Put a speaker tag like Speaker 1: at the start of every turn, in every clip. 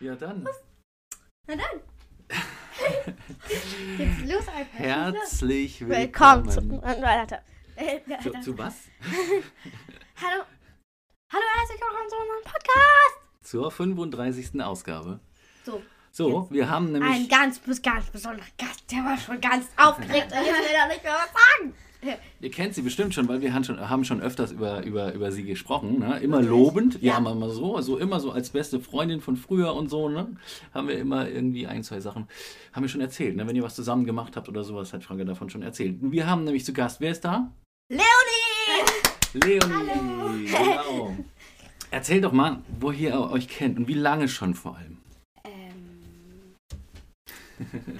Speaker 1: Ja, dann.
Speaker 2: Na dann. Jetzt los, Alper.
Speaker 1: Herzlich
Speaker 2: Willkommen
Speaker 1: willkommen.
Speaker 2: zu. Alter. Äh,
Speaker 1: zu,
Speaker 2: Alter.
Speaker 1: zu was?
Speaker 2: Hallo. Hallo, herzlich willkommen zu unserem Podcast.
Speaker 1: Zur 35. Ausgabe.
Speaker 2: So,
Speaker 1: So, wir haben nämlich.
Speaker 2: ein ganz, bis- ganz besonderer Gast. Der war schon ganz aufgeregt und jetzt will er nicht mehr was sagen.
Speaker 1: Ihr kennt sie bestimmt schon, weil wir haben schon, haben schon öfters über, über, über sie gesprochen. Ne? Immer
Speaker 2: Wirklich?
Speaker 1: lobend.
Speaker 2: Ja.
Speaker 1: Ja, mal, mal so. Also immer so als beste Freundin von früher und so. Ne? Haben wir immer irgendwie ein, zwei Sachen. Haben wir schon erzählt. Ne? Wenn ihr was zusammen gemacht habt oder sowas, hat Franke davon schon erzählt. Wir haben nämlich zu Gast. Wer ist da?
Speaker 2: Leonie!
Speaker 1: Leonie. Genau. Erzähl doch mal, woher ihr euch kennt und wie lange schon vor allem.
Speaker 3: Ähm.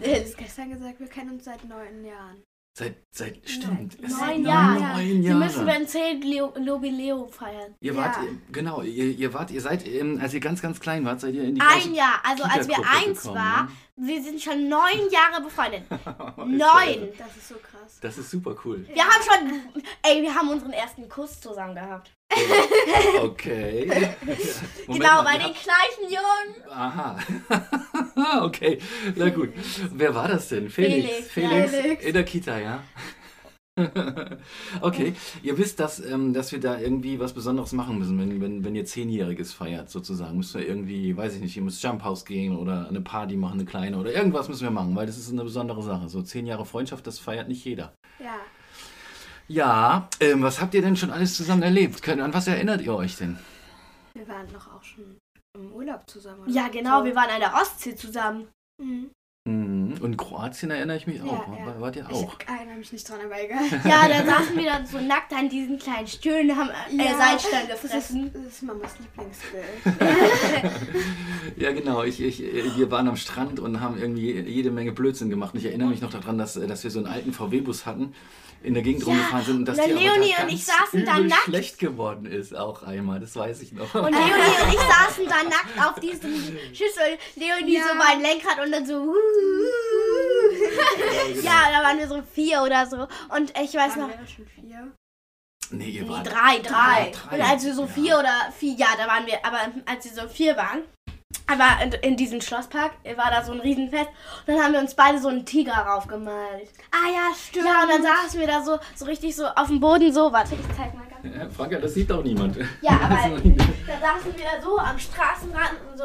Speaker 3: Er hat es gestern gesagt, wir kennen uns seit neun Jahren.
Speaker 1: Seit, seit, stimmt. es
Speaker 3: neun
Speaker 1: sind
Speaker 2: Jahre.
Speaker 1: Neun
Speaker 2: Wir
Speaker 1: Jahre.
Speaker 2: müssen beim 10. Leo- Jubiläum feiern.
Speaker 1: Ihr wart,
Speaker 3: Ja.
Speaker 1: ihr- genau, ihr, ihr wart, ihr seid, ähm, als ihr ganz, ganz klein wart, seid ihr in die
Speaker 2: Ein Jahr, also als wir
Speaker 1: Kita-Gruppe
Speaker 2: eins
Speaker 1: gekommen,
Speaker 2: waren,
Speaker 1: ne?
Speaker 2: wir sind schon neun Jahre befreundet.
Speaker 1: gleiche-
Speaker 2: Neun!
Speaker 3: Das ist so krass.
Speaker 1: Das ist super cool.
Speaker 2: Wir haben schon, ey, wir haben unseren ersten Kuss zusammen gehabt.
Speaker 1: Okay. Moment mal,
Speaker 2: genau, bei
Speaker 1: ihr
Speaker 2: den gleichen Jungen.
Speaker 1: habt- Aha. okay, na gut. Wer war das denn? Felix.
Speaker 2: Felix,
Speaker 3: Felix.
Speaker 1: in der Kita, ja. okay, ihr wisst, dass, ähm, dass wir da irgendwie was Besonderes machen müssen, wenn, wenn, wenn ihr Zehnjähriges feiert, sozusagen. Müsst ihr irgendwie, weiß ich nicht, ihr müsst Jump House gehen oder eine Party machen, eine kleine oder irgendwas müssen wir machen, weil das ist eine besondere Sache. So zehn Jahre Freundschaft, das feiert nicht jeder.
Speaker 3: Ja.
Speaker 1: Ja, ähm, was habt ihr denn schon alles zusammen erlebt? Könnt- An was erinnert ihr euch denn?
Speaker 3: Wir waren doch auch schon im Urlaub zusammen. oder?
Speaker 2: Ja, genau,
Speaker 3: So.
Speaker 2: wir waren an der Ostsee zusammen.
Speaker 3: Mhm.
Speaker 1: Mhm, Und Kroatien erinnere ich mich auch.
Speaker 3: Ja, ja.
Speaker 1: War- Wart ihr auch?
Speaker 3: Ich erinnere mich nicht dran, aber egal.
Speaker 2: Ja, da saßen wir dann so nackt an diesen kleinen Stühlen, haben äh,
Speaker 3: Ja,
Speaker 2: Salzstein
Speaker 3: das ist-
Speaker 2: gefressen.
Speaker 3: Das ist Mamas Lieblingsbild.
Speaker 1: Ja, genau. Ich, ich, wir waren am Strand und haben irgendwie jede Menge Blödsinn gemacht. Und ich erinnere mich noch daran, dass, äh, dass wir so einen alten VW-Bus hatten, in der Gegend
Speaker 2: Ja,
Speaker 1: rumgefahren sind und dass
Speaker 2: und
Speaker 1: die aber
Speaker 2: Leonie
Speaker 1: da
Speaker 2: und
Speaker 1: ganz
Speaker 2: ich saßen da
Speaker 1: übel
Speaker 2: nackt.
Speaker 1: schlecht geworden ist auch einmal. Das weiß ich noch.
Speaker 2: Und Leonie und ich saßen da nackt auf diesem Schüssel. Leonie
Speaker 3: Ja.
Speaker 2: so mein Lenkrad und dann so. wuh, wuh, wuh. Ja, da waren wir so vier oder so. Und ich weiß
Speaker 3: Waren
Speaker 2: noch.
Speaker 3: wir schon vier?
Speaker 1: nee, ihr
Speaker 2: Nee,
Speaker 1: wart.
Speaker 2: drei, drei.
Speaker 1: Drei, drei.
Speaker 2: Und als wir so
Speaker 1: Ja.
Speaker 2: vier oder vier, ja, da waren wir, aber als wir so vier waren, aber in, in diesem Schlosspark war da so ein Riesenfest und dann haben wir uns beide so einen Tiger raufgemalt.
Speaker 3: Ah ja, stimmt.
Speaker 2: Ja, und dann saßen wir da so, so richtig so auf dem Boden so, warte, ich zeig mal ganz.
Speaker 1: Ja, Franka, das sieht doch niemand.
Speaker 2: Ja, aber
Speaker 1: Also, nee.
Speaker 2: da saßen wir da so am Straßenrand und so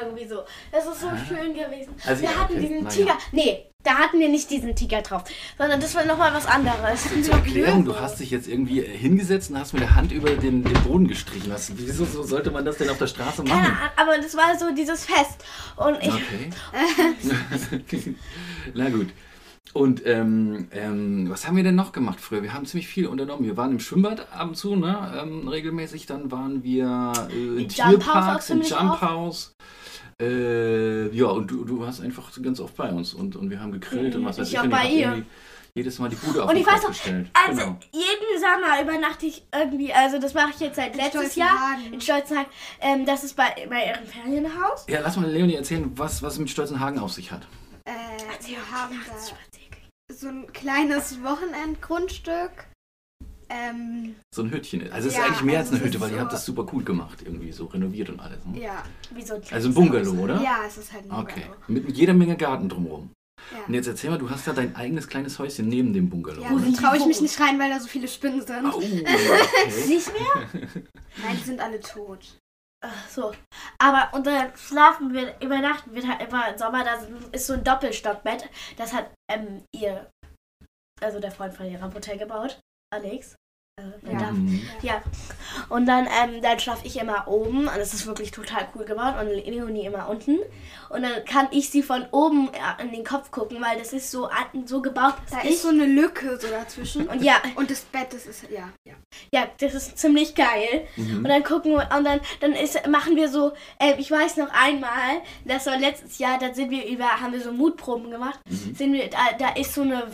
Speaker 2: irgendwie so. Das ist so
Speaker 1: Ah.
Speaker 2: schön gewesen.
Speaker 1: Also,
Speaker 2: wir
Speaker 1: ja,
Speaker 2: hatten
Speaker 1: okay,
Speaker 2: diesen
Speaker 1: naja.
Speaker 2: Tiger, nee, da hatten wir nicht diesen Tiger drauf, sondern das war nochmal was anderes.
Speaker 1: Zur Erklärung, du hast dich jetzt irgendwie äh, hingesetzt und hast mit der Hand über den, den Boden gestrichen. Was, wieso so sollte man das denn auf der Straße
Speaker 2: Keine
Speaker 1: machen?
Speaker 2: Ahnung, aber das war so dieses Fest. Und ich,
Speaker 1: Okay. Na gut. Und ähm, ähm, was haben wir denn noch gemacht früher? Wir haben ziemlich viel unternommen. Wir waren im Schwimmbad ab und zu, ne? Ähm, regelmäßig. Dann waren wir äh, in
Speaker 2: Jump House auch
Speaker 1: Tierparks, im
Speaker 2: ziemlich
Speaker 1: Jump
Speaker 2: oft.
Speaker 1: House. Äh, ja, und du, du warst einfach ganz oft bei uns und, und wir haben gegrillt und was weiß
Speaker 2: Mhm,
Speaker 1: ich.
Speaker 2: Ich auch
Speaker 1: und
Speaker 2: bei
Speaker 1: hab
Speaker 2: ihr.
Speaker 1: irgendwie Jedes Mal die Bude auf
Speaker 2: Und
Speaker 1: den
Speaker 2: ich weiß
Speaker 1: Kopf
Speaker 2: noch,
Speaker 1: gestellt.
Speaker 2: also
Speaker 1: genau.
Speaker 2: jeden Sommer übernachte ich irgendwie, also das mache ich jetzt seit letztes Jahr in Stolzenhagen. Ähm, das ist bei, bei ihrem Ferienhaus.
Speaker 1: Ja, lass mal Leonie erzählen, was, was es mit Stolzenhagen auf sich hat.
Speaker 3: Äh, wir haben da
Speaker 2: Spaziergang.
Speaker 3: so ein kleines Wochenendgrundstück. Ähm,
Speaker 1: So ein Hüttchen. Also es
Speaker 3: Ja,
Speaker 1: ist eigentlich mehr
Speaker 3: also
Speaker 1: als eine
Speaker 3: es
Speaker 1: Hütte,
Speaker 3: ist
Speaker 1: weil ihr
Speaker 3: so-
Speaker 1: habt das super cool gemacht, irgendwie so renoviert und alles. Ne?
Speaker 3: ja.
Speaker 2: Wie so ein
Speaker 1: Also ein Bungalow, oder?
Speaker 3: Ja, es ist halt ein
Speaker 1: Okay.
Speaker 3: Bungalow.
Speaker 1: Mit jeder Menge Garten drumherum.
Speaker 3: Ja.
Speaker 1: Und jetzt erzähl mal, du hast ja dein eigenes kleines Häuschen neben dem Bungalow.
Speaker 3: Ja,
Speaker 1: ne?
Speaker 3: da traue ich mich nicht rein, weil da so viele Spinnen sind.
Speaker 1: Au, okay.
Speaker 2: Nicht mehr?
Speaker 3: Nein, die sind alle tot.
Speaker 2: Ach so. Aber und dann schlafen wir, übernachten wir halt immer im Sommer, da ist so ein Doppelstockbett. Das hat ähm, ihr, also der Freund von ihrer Mutter gebaut, Alex. Also, der
Speaker 3: Ja.
Speaker 2: darf
Speaker 1: Mhm.
Speaker 2: Ja. Und dann, ähm, dann schlafe ich immer oben. Und das ist wirklich total cool gebaut. Und Leonie immer unten. Und dann kann ich sie von oben äh, in den Kopf gucken, weil das ist so, an- so gebaut, dass
Speaker 3: Da
Speaker 2: ich.
Speaker 3: ist so eine Lücke so dazwischen.
Speaker 2: und ja,
Speaker 3: Und das Bett, das ist, ja. ja.
Speaker 2: ja, das ist ziemlich geil. Und
Speaker 1: Mhm.
Speaker 2: dann gucken wir, und dann, dann ist, machen wir so, ähm, ich weiß noch einmal, das war letztes Jahr, da sind wir über, haben wir so Mutproben gemacht,
Speaker 1: Mhm.
Speaker 2: sind wir, da, da ist so eine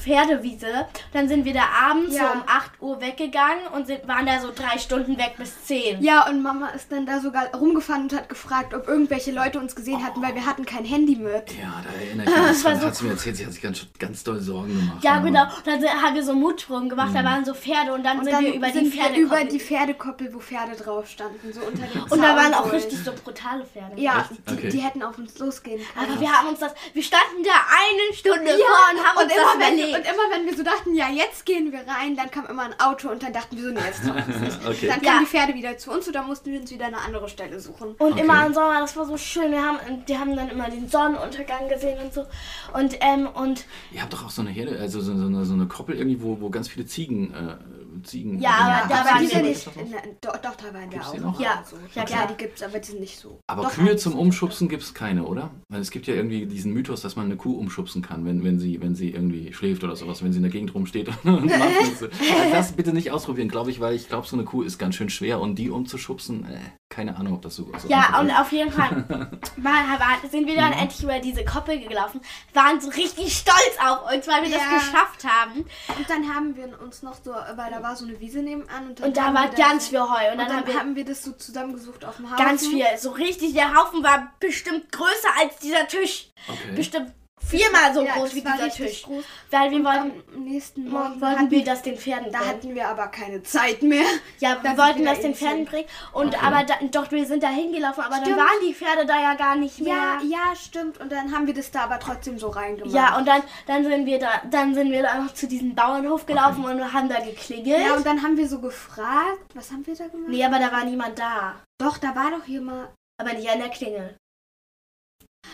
Speaker 2: Pferdewiese, dann sind wir da abends
Speaker 3: Ja.
Speaker 2: so um 8 Uhr weg weggegangen und sind, waren da so drei Stunden weg bis zehn.
Speaker 3: Ja, und Mama ist dann da sogar rumgefahren und hat gefragt, ob irgendwelche Leute uns gesehen hatten, weil wir hatten kein Handy mit.
Speaker 1: Ja, da erinnere
Speaker 2: Ah,
Speaker 1: ich mich. Das hat sie mir erzählt, sie hat sich ganz, ganz doll Sorgen gemacht.
Speaker 2: Ja,
Speaker 1: Aber-
Speaker 2: genau. Und dann sind, haben wir so Mutproben gemacht, da waren so Pferde und dann
Speaker 3: Mhm. Und
Speaker 2: sind
Speaker 3: dann
Speaker 2: wir über
Speaker 3: sind
Speaker 2: die Pferde
Speaker 3: wir über
Speaker 2: gekommen.
Speaker 3: die Pferdekoppel, wo Pferde drauf standen, so unter den
Speaker 2: Und da waren
Speaker 3: Zaun
Speaker 2: auch
Speaker 3: durch.
Speaker 2: richtig so brutale Pferde.
Speaker 3: Ja,
Speaker 1: Echt?
Speaker 3: die,
Speaker 1: Okay.
Speaker 3: die hätten auf uns losgehen können.
Speaker 2: Aber wir haben uns das, wir standen da eine Stunde vor und haben uns das
Speaker 3: immer, wenn,
Speaker 2: überlegt.
Speaker 3: und immer wenn wir so dachten, ja, jetzt gehen wir rein, dann kam immer ein Auto und dann dachten wir so, nee, jetzt kommt es nicht.
Speaker 1: Okay.
Speaker 3: Dann kamen
Speaker 2: Ja. Oh,
Speaker 3: die Pferde wieder zu uns und dann mussten wir uns wieder eine andere Stelle suchen.
Speaker 2: Und
Speaker 1: Okay.
Speaker 2: immer im Sommer, das war so schön. Wir haben, die haben dann immer den Sonnenuntergang gesehen und so. Und, ähm, und
Speaker 1: Ihr habt doch auch so eine Herde, also so, so, eine, so eine Koppel irgendwie, wo, wo ganz viele Ziegen. Äh, Ziegen
Speaker 2: Ah, Ja, aber da
Speaker 1: gibt's
Speaker 2: waren
Speaker 1: die
Speaker 3: die
Speaker 2: wir
Speaker 1: so-
Speaker 3: sind
Speaker 2: nicht.
Speaker 3: Na, doch, doch, da waren
Speaker 1: Gibt's die
Speaker 3: wir auch.
Speaker 1: noch?
Speaker 2: Ja.
Speaker 3: so.
Speaker 2: Ja, klar.
Speaker 3: ja, klar, die gibt's, aber die sind nicht so.
Speaker 1: Aber
Speaker 3: Doch,
Speaker 1: Kühe
Speaker 3: eins.
Speaker 1: zum Umschubsen gibt es keine, oder? Weil es gibt ja irgendwie diesen Mythos, dass man eine Kuh umschubsen kann, wenn, wenn, sie, wenn sie irgendwie schläft oder sowas, wenn sie in der Gegend rumsteht und macht nichts. Also das bitte nicht ausprobieren, glaube ich, weil ich glaube, so eine Kuh ist ganz schön schwer und die umzuschubsen, äh, keine Ahnung, ob das so ist.
Speaker 2: ja, und auf jeden Fall waren, waren, sind wir
Speaker 3: Mhm.
Speaker 2: dann endlich über diese Koppel gelaufen, waren so richtig stolz auf uns, weil wir das
Speaker 3: Ja.
Speaker 2: geschafft haben.
Speaker 3: Und dann haben wir uns noch so, weil da war so eine Wiese nebenan und, dann
Speaker 2: Und da
Speaker 3: haben
Speaker 2: war
Speaker 3: wir
Speaker 2: ganz
Speaker 3: das,
Speaker 2: viel Heu.
Speaker 3: Und
Speaker 2: Und dann, haben wir
Speaker 3: das so zusammengesucht auf dem Haufen.
Speaker 2: ganz viel, so richtig, der Haufen war bestimmt größer als dieser Tisch.
Speaker 1: Okay.
Speaker 2: Bestimmt viermal so
Speaker 3: ja,
Speaker 2: groß
Speaker 3: es
Speaker 2: wie
Speaker 3: war
Speaker 2: dieser
Speaker 3: richtig
Speaker 2: Tisch.
Speaker 3: Groß.
Speaker 2: Weil wir wollten,
Speaker 3: Am nächsten Morgen
Speaker 2: wollten
Speaker 3: hatten
Speaker 2: wir das den Pferden
Speaker 3: Da
Speaker 2: bringen.
Speaker 3: hatten wir aber keine Zeit mehr.
Speaker 2: Ja, wir
Speaker 3: Dass
Speaker 2: wollten
Speaker 3: wir
Speaker 2: das den
Speaker 3: eben
Speaker 2: Pferden
Speaker 3: sind.
Speaker 2: bringen. Und aber da, doch, wir sind da hingelaufen, aber
Speaker 3: Stimmt.
Speaker 2: dann waren die Pferde da ja gar nicht mehr.
Speaker 3: Ja, ja, stimmt. Und dann haben wir das da aber trotzdem so reingemacht.
Speaker 2: Ja, und dann, dann sind wir da, dann sind wir da noch zu diesem Bauernhof gelaufen und haben da geklingelt.
Speaker 3: ja, und dann haben wir so gefragt, was haben wir da gemacht?
Speaker 2: nee, aber da war niemand da.
Speaker 3: Doch, da war doch jemand.
Speaker 2: Aber nicht an der Klingel.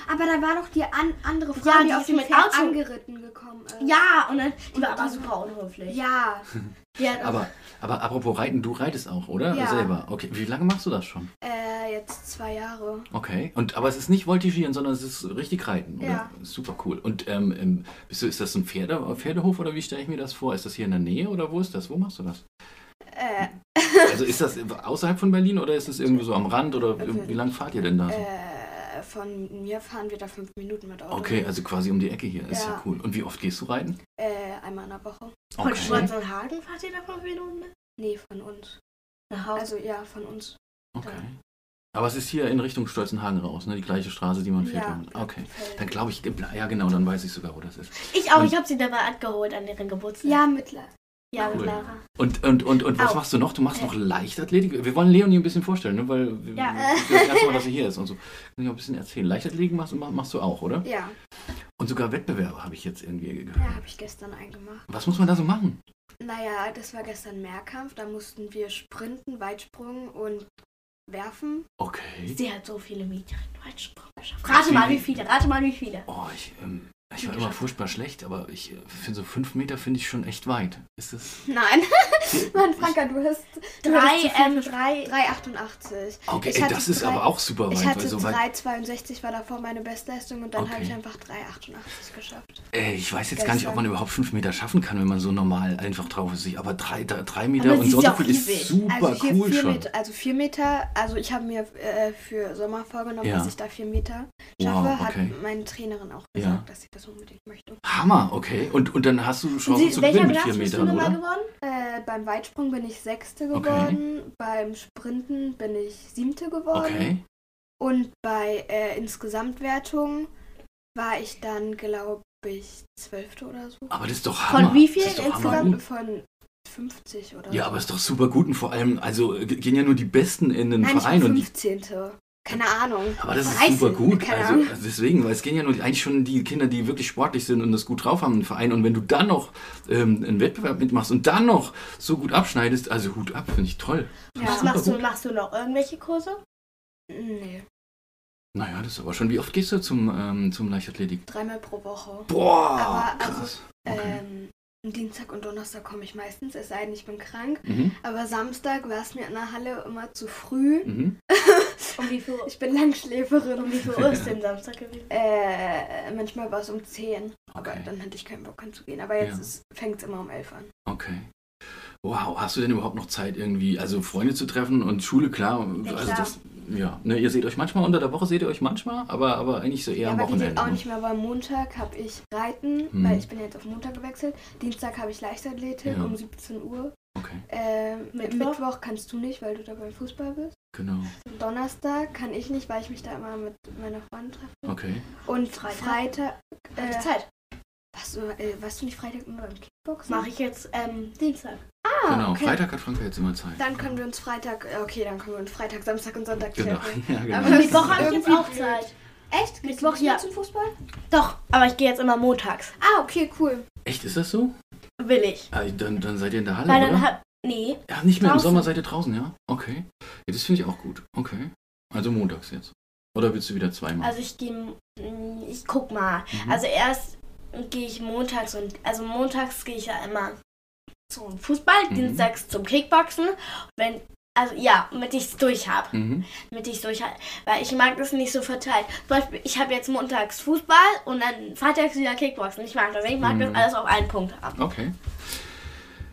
Speaker 3: Aber da war doch die an, andere Frau,
Speaker 2: die
Speaker 3: die auf
Speaker 2: ist
Speaker 3: dem
Speaker 2: mit
Speaker 3: Pferd
Speaker 2: Auto-
Speaker 3: angeritten gekommen ist.
Speaker 2: Ja, und dann, die war
Speaker 3: Und
Speaker 2: aber
Speaker 3: die-
Speaker 2: super unhöflich.
Speaker 3: Ja,
Speaker 2: Die hat-
Speaker 1: Aber, aber apropos Reiten, du reitest auch, oder?
Speaker 3: Ja.
Speaker 1: Selber. Okay, wie lange machst du das schon?
Speaker 3: äh, jetzt zwei Jahre.
Speaker 1: Okay. Und, aber es ist nicht Voltigieren, sondern es ist richtig Reiten, oder?
Speaker 3: Ja.
Speaker 1: Super cool. Und ähm, ähm, bist du, ist das ein Pferde, Pferdehof oder wie stelle ich mir das vor? Ist das hier in der Nähe oder wo ist das? Wo machst du das?
Speaker 3: Äh,
Speaker 1: Also ist das außerhalb von Berlin oder ist es irgendwo so am Rand oder wie lange fahrt ihr denn da? so?
Speaker 3: äh, von mir fahren wir da fünf Minuten mit Auto.
Speaker 1: Okay, also quasi um die Ecke hier. Ist ja.
Speaker 3: Ja.
Speaker 1: cool. Und wie oft gehst du reiten?
Speaker 3: Äh, einmal in der Woche.
Speaker 2: Und Schwarzenhagen fahrt ihr da fünf Minuten mit?
Speaker 3: Nee, von uns.
Speaker 2: Nach Hause.
Speaker 3: Also ja, von uns.
Speaker 1: okay. Aber es ist hier in Richtung Stolzenhagen raus, ne? Die gleiche Straße, die man fährt.
Speaker 3: Ja.
Speaker 1: wenn man- Okay. Dann glaube ich, ja genau, dann weiß ich sogar, wo das ist.
Speaker 2: ich auch,
Speaker 1: und-
Speaker 2: ich habe sie dabei abgeholt an ihren Geburtstag.
Speaker 3: Ja, mittlerweile.
Speaker 2: ja mit
Speaker 1: Cool.
Speaker 2: Lara.
Speaker 1: Und, und, und, und was
Speaker 2: Au.
Speaker 1: machst du noch? Du machst noch Leichtathletik? Wir wollen Leonie ein bisschen vorstellen, ne? weil wir-
Speaker 2: Ja.
Speaker 1: das ist das erste Mal, dass sie hier ist und so. Kann ich auch ein bisschen erzählen. Leichtathletik machst, machst du auch, oder?
Speaker 3: Ja,
Speaker 1: Und sogar Wettbewerbe habe ich jetzt irgendwie gehört.
Speaker 3: ja habe ich gestern eingemacht.
Speaker 1: Was muss man da so machen?
Speaker 3: Naja, das war gestern Mehrkampf. Da mussten wir sprinten, Weitsprung und werfen.
Speaker 1: Okay.
Speaker 2: Sie hat halt so viele Mädchen. Rate mal, wie viele, rate mal, wie viele.
Speaker 1: Oh, ich, ähm, ich war
Speaker 2: Wie
Speaker 1: immer
Speaker 2: geschafft.
Speaker 1: furchtbar schlecht, aber ich äh, finde so fünf Meter finde ich schon echt weit. Ist das?
Speaker 3: Nein, Mann, Franka, du hast
Speaker 2: Drei,
Speaker 3: hattest zu
Speaker 2: ähm, drei,
Speaker 3: 3,88.
Speaker 1: Okay,
Speaker 3: ich
Speaker 1: ey,
Speaker 3: hatte
Speaker 1: das ist
Speaker 3: drei-
Speaker 1: aber auch super weit, also
Speaker 3: Ich
Speaker 1: weil
Speaker 3: hatte
Speaker 1: so weit.
Speaker 3: 3,62 war davor meine Bestleistung und dann habe
Speaker 1: Okay.
Speaker 3: ich einfach 3,88 geschafft.
Speaker 1: Ey, ich weiß jetzt gar nicht, ob
Speaker 3: gestern-
Speaker 1: man überhaupt fünf Meter schaffen kann, wenn man so normal einfach drauf ist. Ich- Aber drei, drei, drei Meter
Speaker 2: Aber es
Speaker 1: und
Speaker 2: ist
Speaker 1: so
Speaker 2: ja
Speaker 1: so viel
Speaker 2: auch riesig.
Speaker 1: ist super
Speaker 3: also hier
Speaker 1: cool
Speaker 3: vier
Speaker 1: schon.
Speaker 3: Meter, also vier Meter, also ich habe mir äh, für Sommer vorgenommen,
Speaker 1: Ja.
Speaker 3: dass ich da vier Meter schaffe,
Speaker 1: Wow, okay.
Speaker 3: hat meine Trainerin auch
Speaker 1: Ja.
Speaker 3: gesagt, dass sie das unbedingt möchte.
Speaker 1: Hammer, okay. Und, und dann hast du Chancen
Speaker 2: Sie,
Speaker 1: zu
Speaker 2: welcher
Speaker 1: gewinnen mit
Speaker 2: Platz
Speaker 1: vier
Speaker 2: bist du
Speaker 1: Metern,
Speaker 2: nochmal
Speaker 1: oder?
Speaker 2: geworden?
Speaker 3: Äh, beim Weitsprung bin ich Sechste
Speaker 1: Okay.
Speaker 3: geworden, beim Sprinten bin ich Siebte geworden
Speaker 1: Okay.
Speaker 3: und bei äh, Insgesamtwertung war ich dann, glaube ich, Zwölfte oder so.
Speaker 1: Aber das ist doch
Speaker 2: Von
Speaker 1: Hammer.
Speaker 2: wie vielen
Speaker 1: Ah, das ist doch
Speaker 2: insgesamt?
Speaker 1: hammergut.
Speaker 3: Insgesamt von 50 oder
Speaker 1: Ja,
Speaker 3: so.
Speaker 1: aber ist doch super gut und vor allem, also äh, gehen ja nur die Besten in den
Speaker 3: Nein, ich
Speaker 1: Verein
Speaker 3: bin
Speaker 1: und die
Speaker 3: 15. Keine Ahnung.
Speaker 1: Aber das ist
Speaker 3: 13,
Speaker 1: super gut.
Speaker 3: Keine
Speaker 1: Also,
Speaker 3: Ahnung.
Speaker 1: also deswegen, weil es gehen ja nur die- eigentlich schon die Kinder, die wirklich sportlich sind und das gut drauf haben im Verein. Und wenn du dann noch ähm, einen Wettbewerb mitmachst und dann noch so gut abschneidest, also Hut ab, finde ich toll. Find ich
Speaker 3: Ja.
Speaker 2: Was
Speaker 1: super
Speaker 2: machst du?
Speaker 1: gut.
Speaker 2: Machst du noch irgendwelche Kurse?
Speaker 3: Nee,
Speaker 1: Naja, das ist aber schon. Wie oft gehst du zum, ähm, zum Leichtathletik?
Speaker 3: dreimal pro Woche.
Speaker 1: Boah,
Speaker 3: Aber, also,
Speaker 1: krass. Okay.
Speaker 3: Ähm, Dienstag und Donnerstag komme ich meistens, es sei denn, ich bin krank.
Speaker 1: mhm.
Speaker 3: Aber Samstag war es mir in der Halle immer zu früh.
Speaker 1: Mhm.
Speaker 2: Um wie viel, Uhr-
Speaker 3: Ich bin Langschläferin.
Speaker 2: um wie viel Uhr ist denn Samstag gewesen?
Speaker 3: Äh, manchmal war es um 10. Aber
Speaker 1: Okay.
Speaker 3: dann hatte ich keinen Bock anzugehen. Aber jetzt
Speaker 1: Ja.
Speaker 3: ist- fängt es immer um 11 an.
Speaker 1: okay. Wow, hast du denn überhaupt noch Zeit, irgendwie, also Freunde zu treffen und Schule, klar.
Speaker 2: Ja,
Speaker 1: also
Speaker 2: klar.
Speaker 1: Das, ja, ne, ihr seht euch manchmal unter der Woche, seht ihr euch manchmal, aber, aber eigentlich so eher
Speaker 3: Ja,
Speaker 1: am
Speaker 3: aber die
Speaker 1: Wochenende.
Speaker 3: sind auch
Speaker 1: ne?
Speaker 3: nicht mehr, weil Montag habe ich Reiten,
Speaker 1: Hm.
Speaker 3: weil ich bin jetzt auf Montag gewechselt. Dienstag habe ich Leichtathletik
Speaker 1: Ja.
Speaker 3: um 17 Uhr.
Speaker 1: Okay,
Speaker 3: Ähm,
Speaker 2: Mittwoch?
Speaker 3: Mittwoch? kannst du nicht, weil du da beim Fußball bist.
Speaker 1: genau.
Speaker 3: Und Donnerstag kann ich nicht, weil ich mich da immer mit meiner Freundin treffe.
Speaker 1: Okay.
Speaker 3: Und
Speaker 2: Freitag?
Speaker 3: Freitag.
Speaker 2: Hab ich
Speaker 3: äh,
Speaker 2: Zeit.
Speaker 3: warst, du, äh, warst du nicht Freitag immer beim Kickboxen?
Speaker 2: Mache ich jetzt ähm, Dienstag.
Speaker 3: Ah,
Speaker 1: genau.
Speaker 3: okay.
Speaker 1: Freitag hat Franka jetzt immer Zeit.
Speaker 3: Dann können wir uns Freitag, äh, okay, dann können wir uns Freitag, Samstag und Sonntag
Speaker 1: Genau.
Speaker 3: treffen.
Speaker 1: Ja, genau.
Speaker 3: Aber
Speaker 2: Mittwoch habe ich jetzt
Speaker 3: irgendwie
Speaker 2: auch
Speaker 3: blöd.
Speaker 2: Zeit.
Speaker 3: Echt? Gehst du
Speaker 2: Mittwoch,
Speaker 3: nicht mehr
Speaker 2: ja.
Speaker 3: zum Fußball?
Speaker 2: Doch, aber ich gehe jetzt immer montags.
Speaker 3: Ah, okay, cool.
Speaker 1: Echt, ist das so?
Speaker 2: Will ich.
Speaker 1: Ah, dann, dann seid ihr in der Halle,
Speaker 2: Weil
Speaker 1: oder?
Speaker 2: dann hat. Nee,
Speaker 1: ja, nicht mehr im
Speaker 2: draußen.
Speaker 1: Sommer seid ihr draußen, ja? Okay. Ja, das finde ich auch gut. Okay. Also montags jetzt. Oder willst du wieder zweimal?
Speaker 2: also ich gehe. Ich guck mal.
Speaker 1: Mhm.
Speaker 2: Also erst gehe ich montags und. Also montags gehe ich ja immer zum Fußball,
Speaker 1: Mhm.
Speaker 2: dienstags zum Kickboxen. Wenn. Also ja, damit ich es durch habe.
Speaker 1: mhm.
Speaker 2: mit ich durchhalte. Weil ich mag das nicht so verteilt. Zum Beispiel, ich habe jetzt montags Fußball und dann freitags wieder Kickboxen. Ich mag das. nicht. Ich mag das
Speaker 1: Mhm.
Speaker 2: alles auf einen Punkt haben.
Speaker 1: Okay.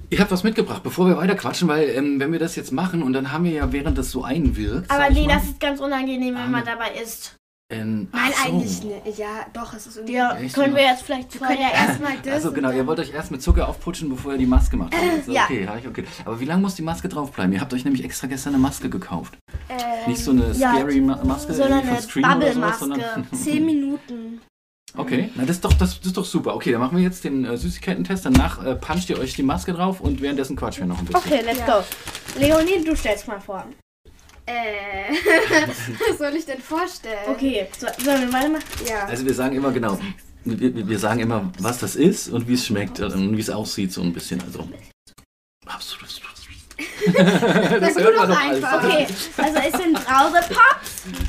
Speaker 1: Ich habe was mitgebracht, bevor wir weiter quatschen, weil ähm, wenn wir das jetzt machen und dann haben wir ja, während das so einwirkt.
Speaker 2: Aber
Speaker 1: sag ich
Speaker 2: nee,
Speaker 1: mal,
Speaker 2: das ist ganz unangenehm,
Speaker 1: Ah,
Speaker 2: wenn man
Speaker 1: ne.
Speaker 2: dabei ist.
Speaker 1: Ähm,
Speaker 3: Nein,
Speaker 1: ach so.
Speaker 3: eigentlich nicht. Ja, doch, es ist irgendwie.
Speaker 2: Ja,
Speaker 1: Echt,
Speaker 2: können
Speaker 1: ja.
Speaker 2: wir jetzt vielleicht
Speaker 3: Wir
Speaker 2: vorher
Speaker 3: können ja erstmal das.
Speaker 1: Also
Speaker 3: und
Speaker 1: genau, ihr
Speaker 3: dann-
Speaker 1: wollt euch erst mit Zucker aufputschen, bevor ihr die Maske gemacht habt. Also,
Speaker 2: ja.
Speaker 1: Okay, hab ich okay. Aber wie lange muss die Maske draufbleiben? Ihr habt euch nämlich extra gestern eine Maske gekauft.
Speaker 3: Ähm,
Speaker 1: Nicht so eine
Speaker 2: ja,
Speaker 1: scary Ma Maske,
Speaker 2: sondern
Speaker 1: irgendwie
Speaker 2: eine
Speaker 1: von Scream oder sowas, sondern.
Speaker 2: Bubble-Maske.
Speaker 3: Zehn Minuten.
Speaker 1: Okay, na das ist doch, das, das ist doch super. Okay, dann machen wir jetzt den äh, Süßigkeiten-Test. Danach äh, puncht ihr euch die Maske drauf und währenddessen quatschen wir noch ein bisschen.
Speaker 2: Okay, let's
Speaker 3: Ja.
Speaker 2: go. Leonie, du stellst mal vor.
Speaker 3: Äh, was soll ich denn vorstellen?
Speaker 2: Okay, so, sollen wir weitermachen?
Speaker 3: Ja.
Speaker 1: Also wir sagen immer genau. Wir, wir- wir sagen immer, was das ist und wie es schmeckt äh, und wie es aussieht so ein bisschen. Also absolut. das
Speaker 3: du
Speaker 1: hört man
Speaker 3: doch
Speaker 1: doch alles.
Speaker 3: einfach.
Speaker 2: Okay, also es sind Brause Pops.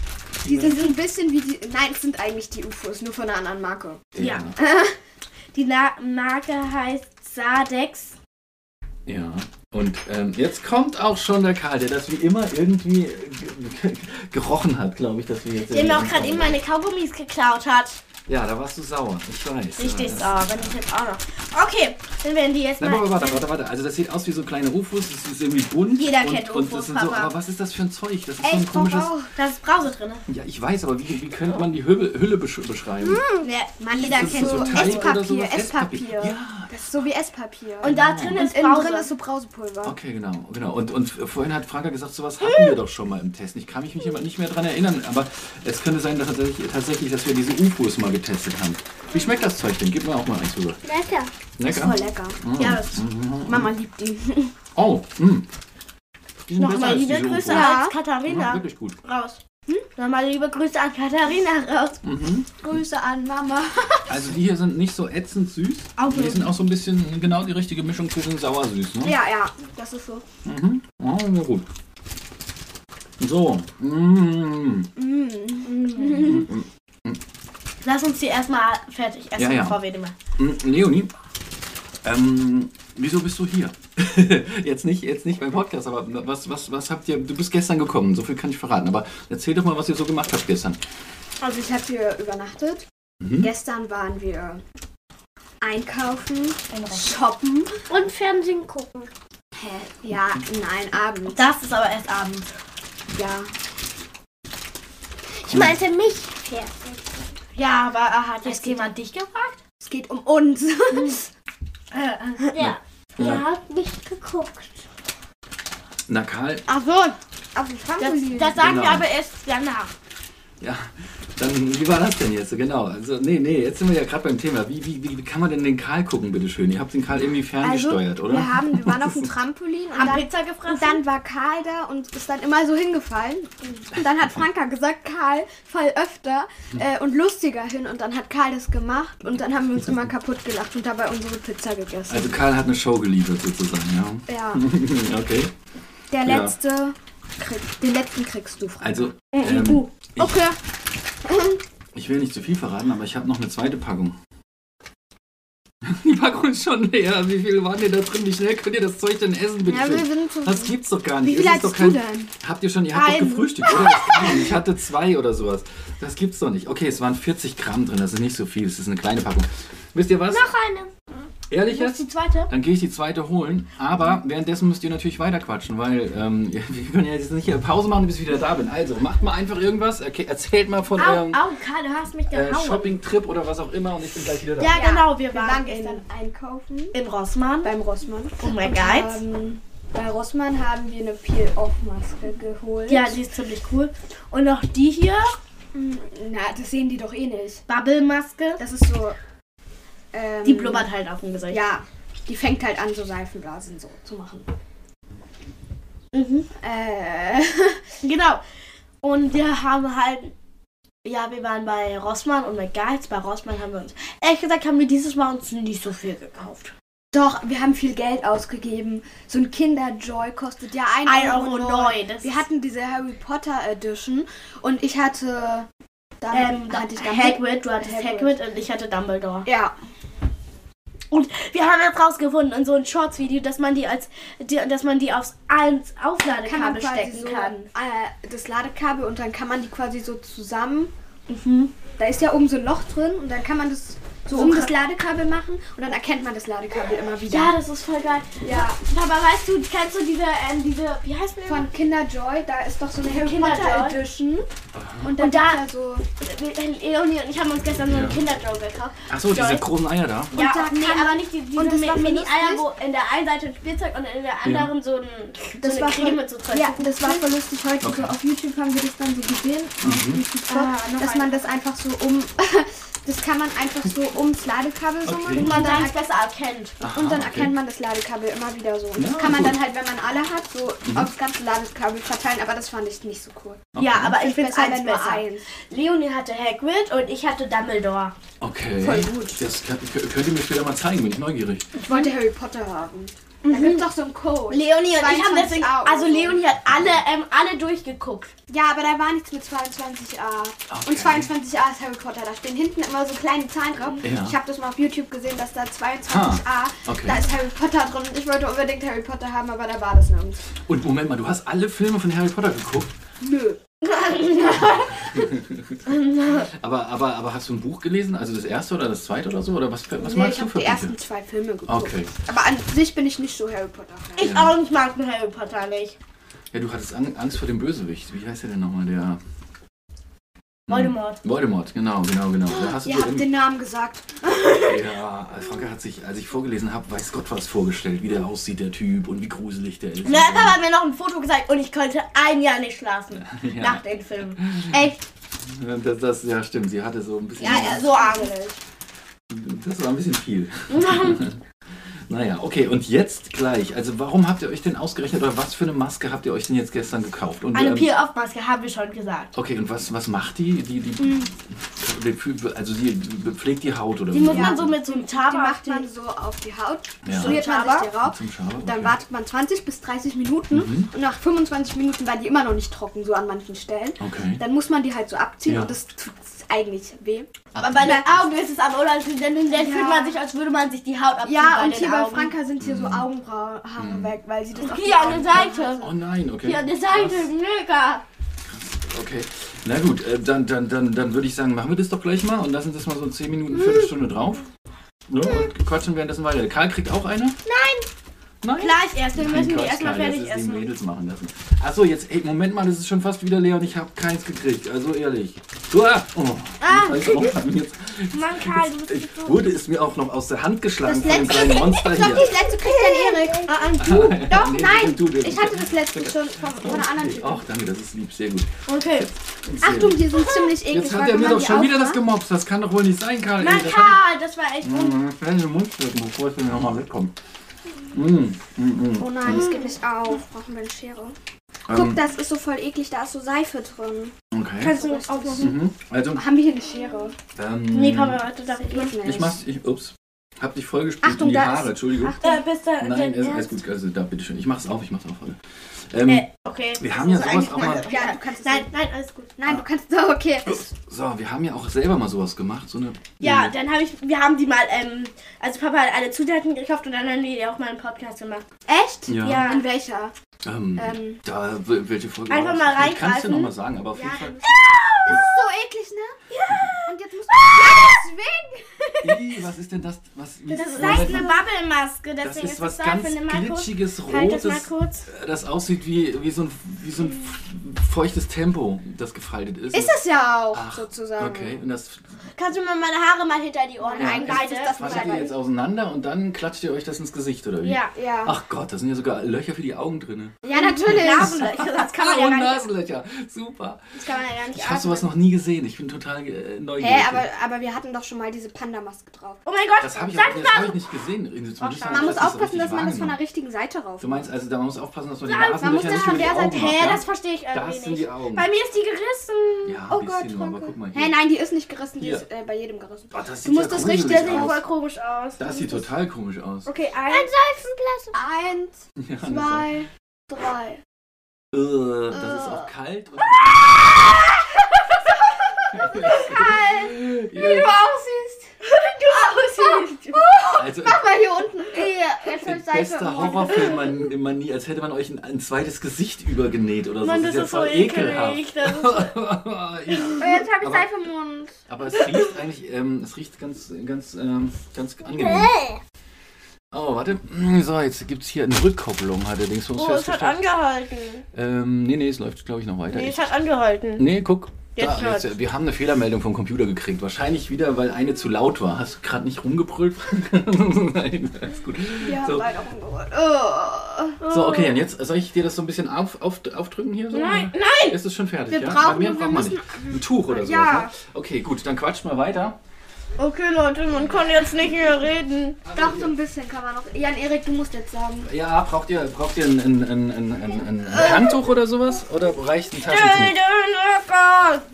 Speaker 3: die sind so ein bisschen wie die. Nein, es sind eigentlich die UFOs, nur von einer anderen Marke.
Speaker 2: Ja. Die Na Marke heißt Sadex.
Speaker 1: Ja. Und ähm, jetzt kommt auch schon der Karl, der das wie immer irgendwie äh, ge- ge- gerochen hat, glaube ich, dass wir jetzt.
Speaker 2: Der mir auch gerade eben meine Kaugummis geklaut hat.
Speaker 1: Ja, da warst du sauer. Ich weiß.
Speaker 2: Richtig
Speaker 1: ja,
Speaker 2: sauer, wenn ich jetzt auch noch. Okay, dann werden die jetzt
Speaker 1: Nein,
Speaker 2: mal.
Speaker 1: warte, warte, warte, warte. Also das sieht aus wie so kleine Ufos, das ist irgendwie bunt.
Speaker 2: Jeder
Speaker 1: und,
Speaker 2: kennt
Speaker 1: und
Speaker 2: Ufos,
Speaker 1: das sind so,
Speaker 2: Papa.
Speaker 1: Aber was ist das für ein Zeug? Das ist
Speaker 3: Ey,
Speaker 1: so ein
Speaker 3: ich brauch
Speaker 1: komisches.
Speaker 3: auch.
Speaker 2: Da ist Brause drin.
Speaker 1: Ja, ich weiß, aber wie, wie könnte man die Hülle, Hülle besch- beschreiben?
Speaker 2: Ja, Mann, jeder
Speaker 1: Das ist
Speaker 2: kennt
Speaker 3: so
Speaker 2: so.
Speaker 1: Teig
Speaker 3: Esspapier,
Speaker 1: oder sowas?
Speaker 3: Esspapier.
Speaker 1: Ja,
Speaker 3: Das ist so wie Esspapier.
Speaker 2: Und da drin ist
Speaker 3: innen drin
Speaker 2: Brause.
Speaker 3: ist so Brausepulver.
Speaker 1: okay, genau. genau. Und, und vorhin hat Franka gesagt, sowas hatten wir doch schon mal im Test. Ich kann mich nicht, nicht mehr dran erinnern, aber es könnte sein, dass tatsächlich, tatsächlich, dass wir diese UFOs mal getestet haben. Wie schmeckt das Zeug denn? Gib mir auch mal eins rüber.
Speaker 2: Lecker.
Speaker 3: Ist
Speaker 1: Lecker? Mhm.
Speaker 3: voll lecker.
Speaker 2: Ja, das ist
Speaker 3: Mama liebt die.
Speaker 1: Oh, mh. Die sind besser
Speaker 2: nochmal
Speaker 1: als
Speaker 2: liebe
Speaker 1: diese UFOs.
Speaker 2: Grüße als
Speaker 1: Ja,
Speaker 2: Katharina
Speaker 1: wirklich gut.
Speaker 2: raus. Hm? Nochmal liebe Grüße an Katharina raus.
Speaker 3: Grüße an Mama.
Speaker 1: Also die hier sind nicht so ätzend süß.
Speaker 2: Auch
Speaker 1: die sind auch so ein bisschen genau die richtige Mischung zwischen sauer-süß. Ne?
Speaker 3: Ja, ja, das ist so.
Speaker 1: Mhm. Oh, sehr gut. So. Mmh.
Speaker 2: Lass uns die erstmal fertig essen,
Speaker 1: Ja, ja.
Speaker 2: bevor wir die machen.
Speaker 1: Mm, Leonie, ähm, wieso bist du hier? jetzt nicht, jetzt nicht beim Podcast, aber was, was, was habt ihr? Du bist gestern gekommen, so viel kann ich verraten. Aber erzähl doch mal, was ihr so gemacht habt gestern.
Speaker 3: Also ich habe hier übernachtet.
Speaker 1: Mhm.
Speaker 3: Gestern waren wir einkaufen, shoppen.
Speaker 2: Und Fernsehen gucken.
Speaker 3: Hä? Ja, nein, Abend.
Speaker 2: Das ist aber erst abends.
Speaker 3: Ja.
Speaker 2: Ich meinte mich fertig. Ja, aber äh, hat jetzt jemand dich gefragt?
Speaker 3: Es geht um uns.
Speaker 2: Äh, äh, ja.
Speaker 1: Ja.
Speaker 2: habt mich geguckt.
Speaker 1: Na Karl,
Speaker 3: Ach so, auf dem
Speaker 2: Das,
Speaker 3: Trampolin.
Speaker 2: das sagen wir
Speaker 1: Genau.
Speaker 2: aber erst danach.
Speaker 1: ja, dann wie war das denn jetzt? Genau, also nee, nee, jetzt sind wir ja gerade beim Thema. Wie, wie, wie kann man denn den Karl gucken, bitteschön? Ihr habt den Karl irgendwie ferngesteuert, oder?
Speaker 3: also, Wir, haben, wir waren auf dem Trampolin und
Speaker 2: Haben
Speaker 3: dann,
Speaker 2: Pizza gefressen?
Speaker 3: und dann war Karl da und ist dann immer so hingefallen. Und dann hat Franka gesagt, Karl, fall öfter äh, und lustiger hin. Und dann hat Karl das gemacht und dann haben wir uns immer kaputt gelacht und dabei unsere Pizza gegessen.
Speaker 1: Also Karl hat eine Show geliefert sozusagen, ja.
Speaker 3: Ja,
Speaker 1: okay.
Speaker 3: der
Speaker 1: Ja.
Speaker 3: letzte, krieg, den letzten kriegst du, Franka.
Speaker 1: Also
Speaker 3: äh,
Speaker 2: Mhm,
Speaker 1: ähm,
Speaker 3: oh.
Speaker 2: du.
Speaker 3: Okay.
Speaker 1: Ich will nicht zu viel verraten, aber ich habe noch eine zweite Packung. Die Packung ist schon leer. Wie viele waren denn da drin? Wie schnell könnt ihr das Zeug denn essen, bitte?
Speaker 3: Ja, wir
Speaker 1: schön?
Speaker 3: sind zu
Speaker 1: das gibt's doch gar nicht.
Speaker 3: Wie viel
Speaker 1: Es ist doch
Speaker 3: hattest du
Speaker 1: kein-
Speaker 3: denn?
Speaker 1: Habt ihr schon, ihr habt doch
Speaker 3: Einen.
Speaker 1: gefrühstückt, oder? Das kann doch nicht. Ich hatte zwei oder sowas. Das gibt's doch nicht. Okay, es waren 40 Gramm drin, das ist nicht so viel. Es ist eine kleine Packung. Wisst ihr was?
Speaker 2: Noch eine.
Speaker 1: Ehrlich
Speaker 2: Wo ist
Speaker 1: jetzt?
Speaker 2: die zweite?
Speaker 1: Dann gehe ich die zweite holen. Aber währenddessen müsst ihr natürlich weiterquatschen, weil ähm, wir können ja jetzt nicht hier Pause machen, bis ich wieder da bin. Also macht mal einfach irgendwas, erke- erzählt mal von
Speaker 2: Au,
Speaker 1: eurem
Speaker 2: au, Karl, du hast mich
Speaker 1: Ähm, äh,
Speaker 2: gehauen.
Speaker 1: Shopping-Trip oder was auch immer und ich bin gleich wieder da.
Speaker 2: ja, genau, wir
Speaker 3: Wir
Speaker 2: waren
Speaker 3: waren
Speaker 2: gestern
Speaker 3: gestern einkaufen
Speaker 2: in Rossmann.
Speaker 3: beim Rossmann.
Speaker 2: Oh mein
Speaker 3: Und
Speaker 2: Gott.
Speaker 3: haben- Bei Rossmann haben wir eine Peel-Off-Maske geholt.
Speaker 2: Ja, die ist ziemlich cool. Und noch die hier,
Speaker 3: Na, das sehen die doch eh nicht.
Speaker 2: Bubble-Maske.
Speaker 3: Das ist so. ähm,
Speaker 2: Die blubbert halt auf dem Gesicht.
Speaker 3: Ja, die fängt halt an, so Seifenblasen so zu machen.
Speaker 2: Mhm.
Speaker 3: Äh,
Speaker 2: Genau. Und wir haben halt. Ja, wir waren bei Rossmann und McGuides. Bei Rossmann haben wir uns. Ehrlich gesagt haben wir dieses Mal uns nicht so viel gekauft.
Speaker 3: doch, wir haben viel Geld ausgegeben. So ein Kinderjoy kostet ja 1,09 Euro.
Speaker 2: 1,09 Euro, das
Speaker 3: wir
Speaker 2: ist-
Speaker 3: hatten diese Harry Potter Edition und ich hatte. Dann
Speaker 2: Ähm, da
Speaker 3: Ah, hatte ich dann
Speaker 2: Hagrid, du hattest
Speaker 3: Hagrid.
Speaker 2: Hagrid. und ich hatte Dumbledore.
Speaker 3: Ja,
Speaker 2: Und wir haben jetzt rausgefunden in so einem Shorts-Video, dass man die als, die, dass man die aufs eins
Speaker 3: kann man
Speaker 2: Aufladekabel
Speaker 3: quasi
Speaker 2: stecken
Speaker 3: so
Speaker 2: kann.
Speaker 3: Äh, das Ladekabel und dann kann man die quasi so zusammen.
Speaker 2: Mhm.
Speaker 3: Da ist ja oben so ein Loch drin und dann kann man das so
Speaker 2: So
Speaker 3: um
Speaker 2: kann-
Speaker 3: das Ladekabel machen und dann erkennt man das Ladekabel immer wieder.
Speaker 2: Ja, das ist voll geil.
Speaker 3: Ja.
Speaker 2: Papa, weißt du, kennst du diese, ähm, diese, wie heißt denn
Speaker 3: Von Kinderjoy, da ist doch so eine Harry
Speaker 2: Kinderjoy.
Speaker 3: Potter Edition. Und, dann
Speaker 2: Und da-
Speaker 3: gibt's ja so.
Speaker 2: Leonie und ich haben uns gestern so einen Kinderjoe gekauft.
Speaker 1: Achso, diese
Speaker 2: Joy.
Speaker 1: großen Eier da.
Speaker 2: Ja,
Speaker 3: da
Speaker 2: nee,
Speaker 3: kann-
Speaker 2: aber nicht die, diese
Speaker 3: und das war
Speaker 2: Mi-
Speaker 3: voll
Speaker 2: Mini-Eier, wo
Speaker 3: lustig.
Speaker 2: in der einen Seite ein Spielzeug und in der anderen so, ein, so eine Creme zu
Speaker 3: voll, ja, das war voll lustig heute.
Speaker 1: Okay. Mhm.
Speaker 3: So auf YouTube haben wir das dann so gesehen, auf YouTube Shop,
Speaker 2: Ah, noch
Speaker 3: dass
Speaker 2: eine.
Speaker 3: man das einfach so um, das kann man einfach so ums Ladekabel so
Speaker 1: Okay.
Speaker 3: machen
Speaker 2: Und man
Speaker 3: und dann,
Speaker 2: seins besser erkennt.
Speaker 1: Aha,
Speaker 3: und dann
Speaker 1: okay.
Speaker 3: erkennt man das Ladekabel immer wieder so. Und
Speaker 1: Ja,
Speaker 3: das
Speaker 1: Mhm.
Speaker 3: kann man
Speaker 1: cool.
Speaker 3: dann halt, wenn man alle hat, so aufs ganze Ladekabel verteilen. Aber das fand ich nicht so cool.
Speaker 2: Ja, aber ich
Speaker 3: Ich
Speaker 2: finde
Speaker 3: find's
Speaker 2: eins
Speaker 3: aber nur
Speaker 2: besser.
Speaker 3: eins.
Speaker 2: Leonie hatte Hagrid und ich hatte Dumbledore.
Speaker 1: Okay.
Speaker 3: Voll gut.
Speaker 1: Das kann, kö- könnt ihr mir später mal zeigen, bin ich neugierig.
Speaker 3: Ich wollte
Speaker 2: Mhm.
Speaker 3: Harry Potter haben. Da gibt's doch so einen Code.
Speaker 2: Leonie und ich haben
Speaker 3: 22a
Speaker 2: deswegen,
Speaker 3: oder
Speaker 2: also
Speaker 3: so.
Speaker 2: Leonie hat alle, ähm, alle durchgeguckt.
Speaker 3: Ja, aber da war nichts mit 22a. Und 22a ist Harry Potter. Da stehen hinten immer so kleine Zahlen drauf.
Speaker 1: Ja.
Speaker 3: Ich habe das mal auf YouTube gesehen, dass da 22a,
Speaker 1: Ha, okay.
Speaker 3: da ist Harry Potter drin. Und ich wollte unbedingt Harry Potter haben, aber da war das nirgends.
Speaker 1: Und Moment mal, du hast alle Filme von Harry Potter geguckt,
Speaker 3: Nö.
Speaker 1: aber, aber, aber hast du ein Buch gelesen? Also das erste oder das zweite oder so? Oder was, was
Speaker 3: nee,
Speaker 1: magst
Speaker 3: ich
Speaker 1: du
Speaker 3: habe
Speaker 1: für
Speaker 3: die ersten
Speaker 1: Bücher?
Speaker 3: zwei Filme geguckt.
Speaker 1: Okay.
Speaker 3: Aber an sich bin ich nicht so Harry Potter-Fan.
Speaker 2: Ich auch nicht mag den Harry Potter nicht.
Speaker 1: Hm. Ja, du hattest Ang- Angst vor dem Bösewicht. Wie heißt der denn nochmal? Der
Speaker 2: Voldemort.
Speaker 1: Voldemort, genau, genau, genau. Da hast du
Speaker 3: Ihr
Speaker 1: so
Speaker 3: habt
Speaker 1: im-
Speaker 3: den Namen gesagt.
Speaker 1: Ja, Franka hat sich, als ich vorgelesen habe, weiß Gott was vorgestellt, wie der aussieht, der Typ und wie gruselig der ist.
Speaker 2: Na, Papa hat mir noch ein Foto gezeigt und ich konnte ein Jahr nicht schlafen
Speaker 1: Ja.
Speaker 2: nach dem Film. Echt?
Speaker 1: Das, das, ja, stimmt, sie hatte so ein bisschen.
Speaker 2: Ja, also- ja, so arm.
Speaker 1: Das war ein bisschen viel. Naja, okay, und jetzt gleich. Also, warum habt ihr euch denn ausgerechnet oder was für eine Maske habt ihr euch denn jetzt gestern gekauft? Und,
Speaker 2: Eine
Speaker 1: ähm,
Speaker 2: Peel-Off-Maske haben wir schon gesagt.
Speaker 1: Okay, und was, was macht die? Die, die, die pfü- Also, die pflegt die Haut oder
Speaker 2: Hm. Die
Speaker 1: wie?
Speaker 2: muss man so mit so einem
Speaker 3: Die
Speaker 2: Tabak.
Speaker 3: macht man so auf die Haut,
Speaker 1: Ja.
Speaker 3: schmiert man sich die rauf.
Speaker 1: Zum Schaber,
Speaker 3: Dann
Speaker 1: okay. Mhm.
Speaker 3: wartet man 20 bis 30 Minuten und nach 25 Minuten war die immer noch nicht trocken, so an manchen Stellen.
Speaker 1: Okay.
Speaker 3: Dann muss man die halt so abziehen
Speaker 1: Ja.
Speaker 3: und das tut eigentlich weh.
Speaker 2: aber bei den Augen ist es am unangenehm, denn dann fühlt man sich, als würde man sich die Haut abziehen.
Speaker 3: Ja,
Speaker 2: bei
Speaker 3: und
Speaker 2: den
Speaker 3: hier bei
Speaker 2: Augen.
Speaker 3: Franka sind hier
Speaker 1: Mhm.
Speaker 3: so Augenbraue weg, weil sie das auf die
Speaker 2: Hier an
Speaker 3: Augen-
Speaker 2: der Seite.
Speaker 1: Oh nein, okay.
Speaker 2: Hier an der Seite, mega.
Speaker 1: Okay. Na gut, äh, dann, dann, dann, dann würde ich sagen, machen wir das doch gleich mal und lassen das mal so 10
Speaker 3: Mhm.
Speaker 1: Minuten, Viertelstunde drauf. Ne? Und quatschen währenddessen weiter. Der Karl kriegt auch eine? Nein! Nein?
Speaker 2: Gleich erst, wir müssen die
Speaker 1: Quatsch,
Speaker 2: erstmal
Speaker 1: Karl, das
Speaker 2: fertig
Speaker 1: ist die
Speaker 2: essen.
Speaker 1: Mädels machen lassen. Achso, jetzt, ey, Moment mal, das ist schon fast wieder leer und ich habe keins gekriegt. Also ehrlich. Uah, oh,
Speaker 2: Ah.
Speaker 1: ich weiß auch, jetzt,
Speaker 2: Mann, Karl, du bist so
Speaker 1: wurde es mir auch noch aus der Hand geschlagen von dem
Speaker 3: letzte-
Speaker 1: kleinen Monster
Speaker 3: Doch,
Speaker 1: hier.
Speaker 3: das letzte kriegt dann Erik. Ah, ah, du. Doch,
Speaker 1: Nee,
Speaker 3: nein.
Speaker 1: du, du.
Speaker 3: Ich hatte das letzte schon von, von einer anderen
Speaker 1: Okay.
Speaker 3: Tüte.
Speaker 1: Ach, danke, das ist lieb, sehr gut.
Speaker 2: Okay.
Speaker 1: Sehr
Speaker 3: Achtung,
Speaker 1: lieb.
Speaker 3: die sind ziemlich eklig.
Speaker 1: jetzt
Speaker 3: weil
Speaker 1: hat er
Speaker 3: wenn
Speaker 1: mir doch
Speaker 3: man die ne?
Speaker 1: schon wieder das
Speaker 3: aufmacht-
Speaker 1: gemobst. Das kann doch wohl nicht sein, Karl. ey.
Speaker 2: Mann,
Speaker 1: Das hat-
Speaker 2: Karl, das war echt un
Speaker 1: Mhm, Schnell in den Mund stecken, bevor es mir nochmal wegkommt. Mhm.
Speaker 3: Oh nein, das geht nicht auf. Brauchen wir eine Schere. Guck,
Speaker 1: Ähm,
Speaker 3: das ist so voll eklig. Da ist so Seife drin. oh,
Speaker 1: okay.
Speaker 2: du das aufmachen?
Speaker 1: Mhm. Also,
Speaker 3: Haben wir hier eine Schere?
Speaker 1: ähm,
Speaker 2: Nee, Papa, warte, darf ich mal.
Speaker 3: Geht nicht.
Speaker 1: ich mach's, ich, ups, hab dich vollgespült
Speaker 3: Achtung,
Speaker 1: in die
Speaker 3: da
Speaker 1: Haare,
Speaker 3: ist-
Speaker 1: Entschuldigung.
Speaker 2: Äh, bist du
Speaker 1: Nein,
Speaker 2: dein
Speaker 1: ist alles
Speaker 2: Ernst?
Speaker 1: gut, also da, bitteschön. Ich mach's auf, ich mach's auf. Alter. Ähm,
Speaker 2: Äh, okay.
Speaker 1: Wir haben ja
Speaker 2: Das ist
Speaker 1: sowas
Speaker 2: eigentlich
Speaker 1: auch Ah, mal-
Speaker 3: Ja, du kannst es
Speaker 2: Nein,
Speaker 3: sehen.
Speaker 2: nein, alles gut.
Speaker 3: Nein, du kannst. So, okay.
Speaker 1: So, wir haben ja auch selber mal sowas gemacht, so eine...
Speaker 2: Ja,
Speaker 1: Mhm.
Speaker 2: dann habe ich, wir haben die mal, ähm, also Papa hat alle Zutaten gekauft und dann haben wir die auch mal einen Podcast gemacht.
Speaker 3: Echt?
Speaker 1: Ja.
Speaker 2: Ja.
Speaker 3: In welcher?
Speaker 1: Ähm,
Speaker 3: Ähm.
Speaker 1: da, w- welche Folge
Speaker 2: Einfach
Speaker 1: war das?
Speaker 2: mal
Speaker 1: Ich kann's dir
Speaker 2: reingreifen.
Speaker 1: nochmal sagen, aber auf jeden Fall...
Speaker 3: Das ist so eklig, ne? Und jetzt musst du. Ja, deswegen!
Speaker 1: Ih, was ist denn das? Was, wie-
Speaker 2: Das ist
Speaker 1: Moment
Speaker 2: eine
Speaker 1: mal.
Speaker 2: Bubble-Maske, deswegen
Speaker 1: das ist
Speaker 2: es
Speaker 1: was
Speaker 2: da
Speaker 1: ganz
Speaker 2: für eine Marco-
Speaker 1: glitschiges,
Speaker 2: Halt das mal
Speaker 1: rotes,
Speaker 2: kurz.
Speaker 1: äh, das aussieht wie, wie, so ein, wie so ein feuchtes Tempo, das gefaltet ist.
Speaker 3: Ist es ja auch,
Speaker 1: Ah. Ach,
Speaker 3: sozusagen.
Speaker 1: Okay, und das
Speaker 2: Kannst du mir meine Haare mal hinter die Ohren
Speaker 3: Nein, das
Speaker 2: einkleiden?
Speaker 3: ist das
Speaker 1: fasst ihr
Speaker 3: Nein.
Speaker 1: jetzt auseinander und dann klatscht ihr euch das ins Gesicht, oder wie?
Speaker 2: Ja.
Speaker 3: Ja.
Speaker 1: Ach Gott, da sind ja sogar Löcher für die Augen drin.
Speaker 3: Ja, natürlich.
Speaker 2: Nasenlöcher, das kann man ja
Speaker 1: und
Speaker 2: gar nicht,
Speaker 1: Nasenlöcher, super.
Speaker 2: das kann man ja gar nicht
Speaker 1: Ich habe
Speaker 2: atmen.
Speaker 1: sowas noch nie gesehen, ich bin total äh, neugierig.
Speaker 3: Hä, aber, aber wir hatten doch schon mal diese Panda-Maske drauf.
Speaker 2: Oh mein Gott,
Speaker 1: das habe ich,
Speaker 2: sag
Speaker 1: auch-
Speaker 2: mal,
Speaker 1: das hab ich nicht gesehen. Jetzt muss ich sagen,
Speaker 3: Man
Speaker 1: ich
Speaker 3: muss
Speaker 1: hab das
Speaker 3: aufpassen,
Speaker 1: richtig
Speaker 3: dass man das von
Speaker 1: wahrgenommen.
Speaker 3: der richtigen Seite rauf.
Speaker 1: Du meinst also, da muss man aufpassen, dass man die
Speaker 2: man
Speaker 1: Nasenlöcher
Speaker 3: muss das
Speaker 1: nicht
Speaker 3: von
Speaker 1: über die
Speaker 3: der
Speaker 1: Augen
Speaker 3: Seite-
Speaker 1: macht,
Speaker 2: hä,
Speaker 1: ja?
Speaker 2: das verstehe ich
Speaker 1: Da
Speaker 2: irgendwie
Speaker 1: sind die
Speaker 2: nicht.
Speaker 1: Augen.
Speaker 2: Bei mir ist die gerissen.
Speaker 1: Ja, ein
Speaker 3: Oh
Speaker 1: bisschen
Speaker 3: Gott,
Speaker 1: nur, aber
Speaker 3: Franke.
Speaker 1: guck mal hier.
Speaker 3: Hä, nein, die ist nicht gerissen, die
Speaker 1: Hier.
Speaker 3: ist äh, bei jedem gerissen.
Speaker 1: Oh, das
Speaker 3: Du
Speaker 1: sieht
Speaker 3: musst
Speaker 1: ja
Speaker 3: das richtig-
Speaker 2: Das
Speaker 1: gruselig
Speaker 2: sieht
Speaker 1: aus.
Speaker 2: voll komisch aus.
Speaker 1: Das sieht total komisch aus.
Speaker 2: Okay, ein.
Speaker 3: Ein Seifenblasen. Eins,
Speaker 1: Ja, das, ist,
Speaker 3: zwei, drei.
Speaker 1: äh, das ist auch kalt. Und das ist kalt. Ja.
Speaker 3: aussiehst.
Speaker 2: Du aussiehst.
Speaker 1: Also,
Speaker 3: Mach mal hier unten.
Speaker 2: Ja, jetzt
Speaker 1: der
Speaker 2: fünf Seife
Speaker 1: beste
Speaker 2: im Mund.
Speaker 1: Horrorfilm, man, den man nie, als hätte man euch ein, ein zweites Gesicht übergenäht oder so.
Speaker 2: Mann,
Speaker 1: das ist ja
Speaker 2: so
Speaker 1: voll ekelhaft.
Speaker 2: ekelig. Das ist
Speaker 1: ja.
Speaker 2: Oh, Jetzt habe ich
Speaker 1: Aber-
Speaker 2: Seife im Mund.
Speaker 1: Aber es riecht eigentlich, ähm, es riecht ganz, ganz, ähm, ganz angenehm. Oh, warte. So, jetzt gibt's hier eine Rückkopplung, hat der Dings uns
Speaker 2: Oh, es hat
Speaker 1: festgestellt.
Speaker 2: angehalten.
Speaker 1: Ähm, nee, nee, es läuft, glaube ich, noch weiter.
Speaker 2: Nee,
Speaker 1: Ich-
Speaker 2: es hat angehalten.
Speaker 1: Nee, guck.
Speaker 2: Jetzt
Speaker 1: da,
Speaker 2: hört's.
Speaker 1: jetzt, wir haben eine Fehlermeldung vom Computer gekriegt. Wahrscheinlich wieder, weil eine zu laut war. Hast du gerade nicht rumgebrüllt? Nein, alles gut.
Speaker 3: Wir haben
Speaker 1: So.
Speaker 3: leider rumgeholt. Oh.
Speaker 1: So, okay, und jetzt soll ich dir das so ein bisschen auf, auf, aufdrücken hier? So?
Speaker 2: Nein,
Speaker 1: nein! Ist es schon fertig?
Speaker 3: Wir
Speaker 1: ja? Bei
Speaker 3: brauchen-
Speaker 1: mir
Speaker 3: wir
Speaker 1: braucht man
Speaker 3: müssen-
Speaker 1: nicht. Ein Tuch oder so.
Speaker 3: Ja.
Speaker 1: Ne? Okay, gut, dann quatscht mal weiter.
Speaker 2: Okay, Leute, man kann jetzt nicht mehr reden.
Speaker 3: Doch, so ein bisschen kann man noch. Jan-Erik, du musst jetzt sagen.
Speaker 1: Ja, braucht ihr, braucht ihr ein, ein, ein, ein, ein, ein Handtuch oder sowas? Oder reicht ein Taschentuch?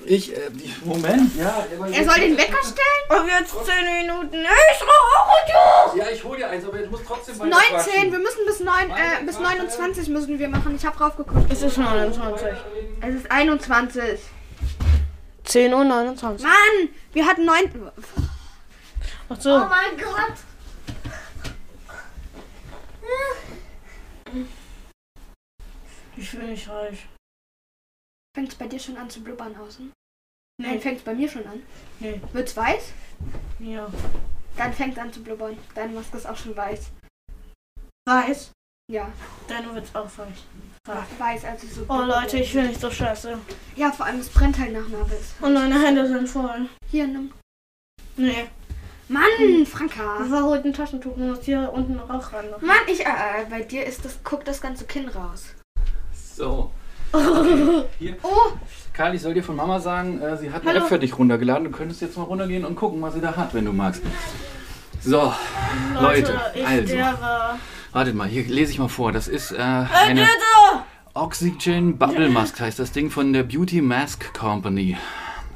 Speaker 1: Ich, äh, Moment, ja. aber
Speaker 3: Er
Speaker 1: jetzt-
Speaker 3: soll den Wecker stellen?
Speaker 2: Und jetzt 10 Minuten. Ich rauche
Speaker 1: Ja, ich hol dir eins, aber du musst trotzdem weiter
Speaker 3: 19, wir
Speaker 1: quatschen.
Speaker 3: müssen bis, 9, äh, bis 29 müssen wir machen. Ich hab raufgeguckt.
Speaker 2: Es ist 29.
Speaker 3: Es ist 21.
Speaker 2: 10 Uhr 29.
Speaker 3: Mann, wir hatten 9.
Speaker 2: Ach so.
Speaker 3: mein Gott.
Speaker 2: Ich fühle mich reich.
Speaker 3: Fängt bei dir schon an zu blubbern außen? Nein,
Speaker 2: Nee.
Speaker 3: fängt bei mir schon an.
Speaker 2: Nee.
Speaker 3: Wird's weiß?
Speaker 2: Ja.
Speaker 3: Dann fängt an zu blubbern. Deine Maske ist auch schon weiß.
Speaker 2: Weiß?
Speaker 3: Ja,
Speaker 2: Deine wird's auch weich.
Speaker 3: weiß, also so.
Speaker 2: Ah. Oh Leute, ich will Oh, nicht so scheiße.
Speaker 3: Ja, vor allem, es brennt halt nach Marvis.
Speaker 2: Und meine Hände sind voll.
Speaker 3: Hier, nimm.
Speaker 2: Nee.
Speaker 3: Mann, Franka.
Speaker 2: War heute ein Taschentuch und muss hier unten noch auch ran. machen.
Speaker 3: Mann, ich, äh, bei dir ist das, guckt das ganze Kinn raus.
Speaker 1: So. Hier.
Speaker 3: Oh,
Speaker 1: Karl, ich soll dir von Mama sagen, äh, sie hat eine
Speaker 2: Hallo.
Speaker 1: App für dich runtergeladen. Du könntest jetzt mal runtergehen und gucken, was sie da hat, wenn du magst. So, Leute,
Speaker 2: ich
Speaker 1: also.
Speaker 2: sterbe.
Speaker 1: wartet mal, hier lese ich mal vor. Das ist äh,
Speaker 2: Äh,
Speaker 1: eine
Speaker 2: Dritte!
Speaker 1: Oxygen Bubble Mask, heißt das Ding von der Beauty Mask Company.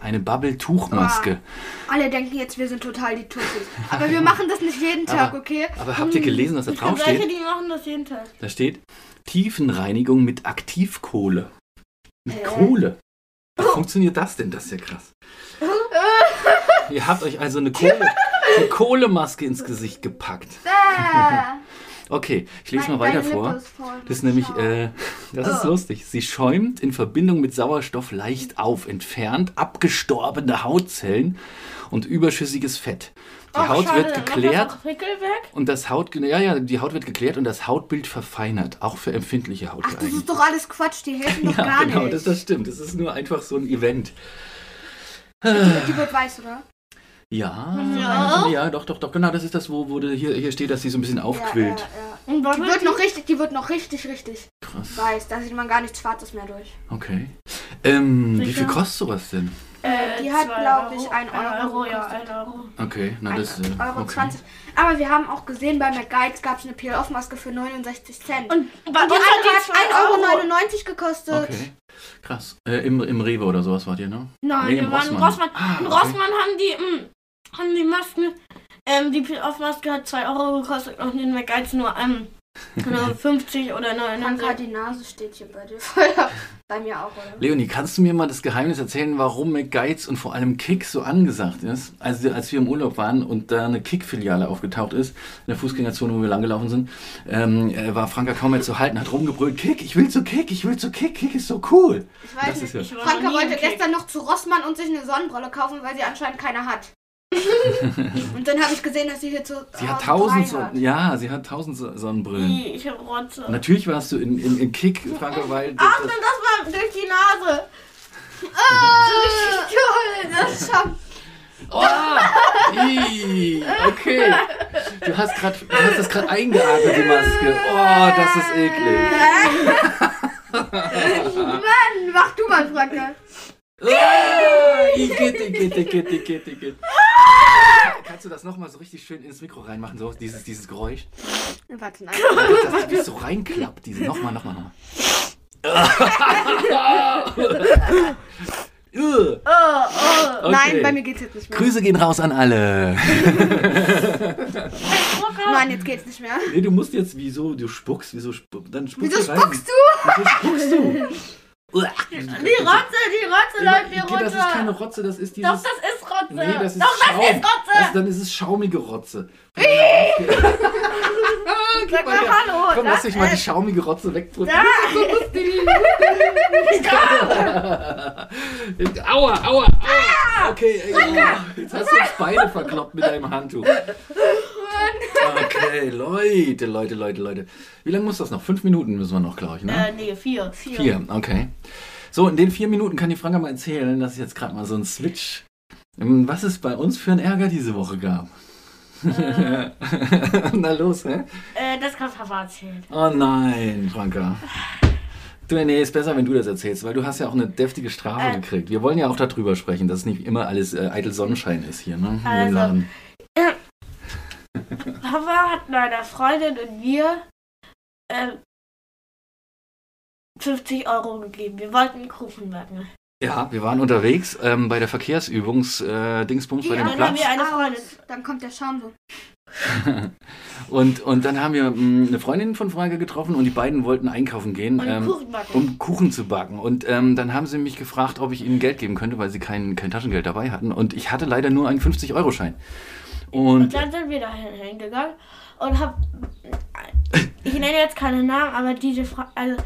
Speaker 1: Eine Bubble-Tuchmaske.
Speaker 3: alle denken jetzt, wir sind total die Tussis. Aber wir machen das nicht jeden Tag, okay? Hm.
Speaker 1: Aber habt ihr gelesen, was da
Speaker 2: Ich habe
Speaker 1: drauf
Speaker 2: Ah. welche,
Speaker 1: steht?
Speaker 2: die machen das jeden Tag.
Speaker 1: Da steht Tiefenreinigung mit Aktivkohle. Mit Kohle. Wie
Speaker 2: Oh.
Speaker 1: funktioniert das denn? Das ist ja krass.
Speaker 2: Äh.
Speaker 1: Ihr habt euch also eine, Kohle, eine Kohlemaske ins Gesicht gepackt.
Speaker 3: Ah,
Speaker 1: Okay, ich lese mal
Speaker 3: mein-
Speaker 1: weiter
Speaker 3: deine
Speaker 1: vor.
Speaker 3: Lippe ist voll.
Speaker 1: Das ist nämlich,
Speaker 3: Schau.
Speaker 1: äh, das ist
Speaker 3: Oh.
Speaker 1: lustig. Sie schäumt in Verbindung mit Sauerstoff leicht auf, entfernt abgestorbene Hautzellen und überschüssiges Fett. Die
Speaker 2: Ach,
Speaker 1: Haut
Speaker 2: schade,
Speaker 1: wird
Speaker 2: dann macht
Speaker 1: geklärt
Speaker 2: das auch Pickel weg.
Speaker 1: und das Haut, ja, ja, die Haut wird geklärt und das Hautbild verfeinert, auch für empfindliche Haut
Speaker 3: Ach, das
Speaker 1: geeignet.
Speaker 3: ist doch alles Quatsch, die helfen doch
Speaker 1: Ja,
Speaker 3: gar
Speaker 1: genau,
Speaker 3: nicht.
Speaker 1: das, das stimmt. Das ist nur einfach so ein Event.
Speaker 3: die, die wird weiß, oder?
Speaker 1: Ja,
Speaker 2: Ja.
Speaker 1: ja, doch, doch, doch. Genau, das ist das, wo, wo du- hier, hier steht, dass sie so ein bisschen aufquillt.
Speaker 3: Ja, ja, ja.
Speaker 2: Und was
Speaker 3: Die wird noch richtig, die wird noch richtig, richtig
Speaker 1: Krass.
Speaker 3: weiß. Da sieht man gar nichts Schwarzes mehr durch.
Speaker 1: Okay. Ähm, wie
Speaker 2: Sicher?
Speaker 1: viel kostet sowas denn?
Speaker 2: Äh,
Speaker 3: Die hat,
Speaker 2: zwei
Speaker 3: glaub ich,
Speaker 2: Euro.
Speaker 3: einen
Speaker 2: Ein
Speaker 3: Euro
Speaker 2: ja,
Speaker 3: gekostet.
Speaker 2: ein Euro.
Speaker 1: Okay, na das. äh,
Speaker 3: 1,20 Euro.
Speaker 1: okay.
Speaker 3: Aber wir haben auch gesehen, bei McGuides gab es eine Peel-Off-Maske für 69 Cent.
Speaker 2: Und bei
Speaker 3: Und die
Speaker 2: uns hat die
Speaker 3: andere
Speaker 2: zwei
Speaker 3: hat 1,99 Euro gekostet.
Speaker 1: Okay. Krass. Äh, im, Im Rewe oder sowas wart ihr, ne?
Speaker 2: Nein,
Speaker 1: Nee,
Speaker 2: wir
Speaker 1: im
Speaker 2: waren in
Speaker 1: Rossmann.
Speaker 2: Rossmann. in
Speaker 1: Ah, okay.
Speaker 2: Rossmann haben die, mh, haben die Masken, ähm, die Peel-Off-Maske hat 2 Euro gekostet und den McGuides nur ähm, Genau, 50 oder
Speaker 3: Franka,
Speaker 2: 99.
Speaker 3: halt die Nase steht hier bei dir voll ab. Bei mir auch, oder?
Speaker 1: Leonie, kannst du mir mal das Geheimnis erzählen, warum McGeiz und vor allem Kick so angesagt ist? Also als wir im Urlaub waren und da eine Kick-Filiale aufgetaucht ist, in der Fußgängerzone, wo wir langgelaufen sind, ähm, äh, war Franka kaum mehr zu halten, hat rumgebrüllt, Kick, ich will zu Kick, ich will zu Kick, Kick ist so cool.
Speaker 3: Ich weiß
Speaker 1: Das
Speaker 3: nicht.
Speaker 1: ist ja,
Speaker 2: Ich war
Speaker 3: Franka
Speaker 2: noch nie im
Speaker 3: wollte
Speaker 2: Kick.
Speaker 3: gestern noch zu Rossmann und sich eine Sonnenbrille kaufen, weil sie anscheinend keine hat. und dann habe ich gesehen, dass sie hier zu
Speaker 1: sie hat
Speaker 3: Hause
Speaker 1: tausend,
Speaker 3: drei
Speaker 1: Son-
Speaker 3: hat.
Speaker 1: ja, sie hat tausend Son- Sonnenbrillen.
Speaker 2: Ih, Ich rotze.
Speaker 1: Natürlich warst du in, in, in Kick, Franka, weil das,
Speaker 2: Ach, nimm das mal durch die Nase.
Speaker 3: Toll, das ist schon.
Speaker 1: Oh, ii, okay. Du hast, grad, du hast das gerade eingeatmet, die Maske. Oh, das ist eklig.
Speaker 3: Mann, mach du mal, Franka.
Speaker 1: Ah, Igitt, igitt, igitt, igitt, igitt. Kannst du das nochmal so richtig schön ins Mikro reinmachen, so dieses, dieses Geräusch?
Speaker 3: Warte, nein.
Speaker 1: Damit das wirklich so reinklappt, diese. Nochmal, nochmal, nochmal. Ugh.
Speaker 2: Oh, oh.
Speaker 1: Okay.
Speaker 3: Nein, bei mir geht's jetzt nicht mehr.
Speaker 1: Grüße gehen raus an alle.
Speaker 3: Nein, jetzt geht's nicht mehr.
Speaker 1: Nee, du musst jetzt, wieso du spuckst, wieso spuckst, dann spuckst
Speaker 3: Wieso
Speaker 1: du rein.
Speaker 3: spuckst du?
Speaker 1: Wieso spuckst du? Uah.
Speaker 2: Die Rotze, die Rotze läuft mir
Speaker 1: Igitt,
Speaker 2: runter.
Speaker 1: Das ist keine Rotze, das ist dieses...
Speaker 2: Doch, das ist Rotze.
Speaker 1: Nee, das ist
Speaker 2: Doch,
Speaker 1: Schaum.
Speaker 2: das ist Rotze.
Speaker 1: Das, dann ist es schaumige Rotze. Sag
Speaker 2: Sag mal ne? Hallo.
Speaker 1: Komm,
Speaker 2: das
Speaker 1: lass mich mal die schaumige Rotze wegdrücken. aua, aua, aua.
Speaker 2: Ah!
Speaker 1: Okay, ey, oh, jetzt hast du uns beide verkloppt mit deinem Handtuch. Okay, Leute, Leute, Leute, Leute. Wie lange muss das noch? Fünf Minuten müssen wir noch, glaube ich, ne?
Speaker 2: Äh, nee, vier. Vier.
Speaker 1: Vier, okay. So, in den vier Minuten kann die Franka mal erzählen, dass ich jetzt gerade mal so ein Switch. Ähm, Was es bei uns für einen Ärger diese Woche gab.
Speaker 2: Ah.
Speaker 1: Na los, hä?
Speaker 2: Äh, das kann Papa erzählen.
Speaker 1: Oh nein, Franka. Du, nee, ist besser, wenn du das erzählst, weil du hast ja auch eine deftige Strafe
Speaker 2: Äh.
Speaker 1: gekriegt. Wir wollen ja auch darüber sprechen, dass nicht immer alles äh, eitel Sonnenschein ist hier, ne? In
Speaker 2: Also,
Speaker 1: dem Laden.
Speaker 2: Papa hat meiner Freundin und mir ähm, 50 Euro gegeben. Wir wollten einen Kuchen backen.
Speaker 1: Ja, wir waren unterwegs ähm, bei der Verkehrsübungs-Dingsbums äh, Dingsbums, bei
Speaker 3: Die
Speaker 1: dem
Speaker 2: Dann haben
Speaker 1: Platz.
Speaker 2: wir eine
Speaker 3: Aus.
Speaker 2: Freundin.
Speaker 3: Dann kommt der Schaum so.
Speaker 1: Und, und dann haben wir mh, eine Freundin von Franka getroffen und die beiden wollten einkaufen gehen,
Speaker 2: Und einen
Speaker 1: ähm,
Speaker 2: Kuchen backen.
Speaker 1: um Kuchen zu backen. Und ähm, dann haben sie mich gefragt, ob ich ihnen Geld geben könnte, weil sie kein, kein Taschengeld dabei hatten. Und ich hatte leider nur einen 50-Euro-Schein.
Speaker 2: Und
Speaker 1: Und
Speaker 2: dann sind wir da hingegangen und hab. Ich nenne jetzt keine Namen, aber diese Frau. Also,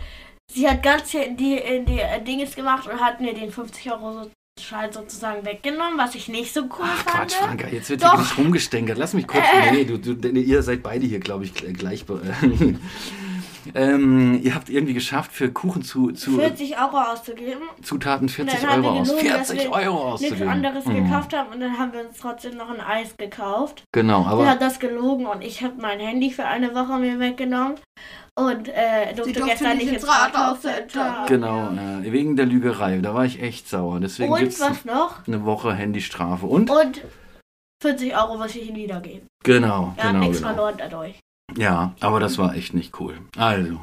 Speaker 2: sie hat ganz hier in die, in die äh, Dinges gemacht und hat mir den 50 Euro so- Schein sozusagen weggenommen, was ich nicht so cool
Speaker 1: Ach
Speaker 2: fand.
Speaker 1: Quatsch, Franka, jetzt wird
Speaker 2: Doch. Äh.
Speaker 1: hier nicht rumgestänkert. Lass mich kurz. Nee, du, du, denn ihr seid beide hier, glaube ich, gl- gleich. be- ähm, ihr habt irgendwie geschafft, für Kuchen zu, zu
Speaker 2: 40 Euro auszugeben.
Speaker 1: Zutaten 40
Speaker 2: Und dann haben
Speaker 1: Euro
Speaker 2: wir
Speaker 1: aus.
Speaker 2: gelogen, dass
Speaker 1: 40
Speaker 2: wir
Speaker 1: Euro
Speaker 2: Nichts
Speaker 1: auszugeben.
Speaker 2: anderes
Speaker 1: Mhm.
Speaker 2: gekauft haben und dann haben wir uns trotzdem noch ein Eis gekauft.
Speaker 1: Genau,
Speaker 2: Aber
Speaker 1: aber
Speaker 2: hat das gelogen und ich habe mein Handy für eine Woche mir weggenommen und äh, durfte,
Speaker 3: durfte
Speaker 2: gestern
Speaker 3: nicht
Speaker 2: nicht
Speaker 3: ins
Speaker 2: ins Rathaus.
Speaker 3: Rathauscenter.
Speaker 1: genau, äh, wegen der Lügerei. Da war ich echt sauer. Deswegen
Speaker 2: Und
Speaker 1: gibt es
Speaker 2: was noch?
Speaker 1: eine Woche Handystrafe. Und?
Speaker 2: Und 40 Euro muss ich ihm wiedergeben.
Speaker 1: Genau,
Speaker 2: Er hat
Speaker 1: genau,
Speaker 2: nichts
Speaker 1: genau.
Speaker 2: verloren dadurch.
Speaker 1: Ja, aber das war echt nicht cool. Also.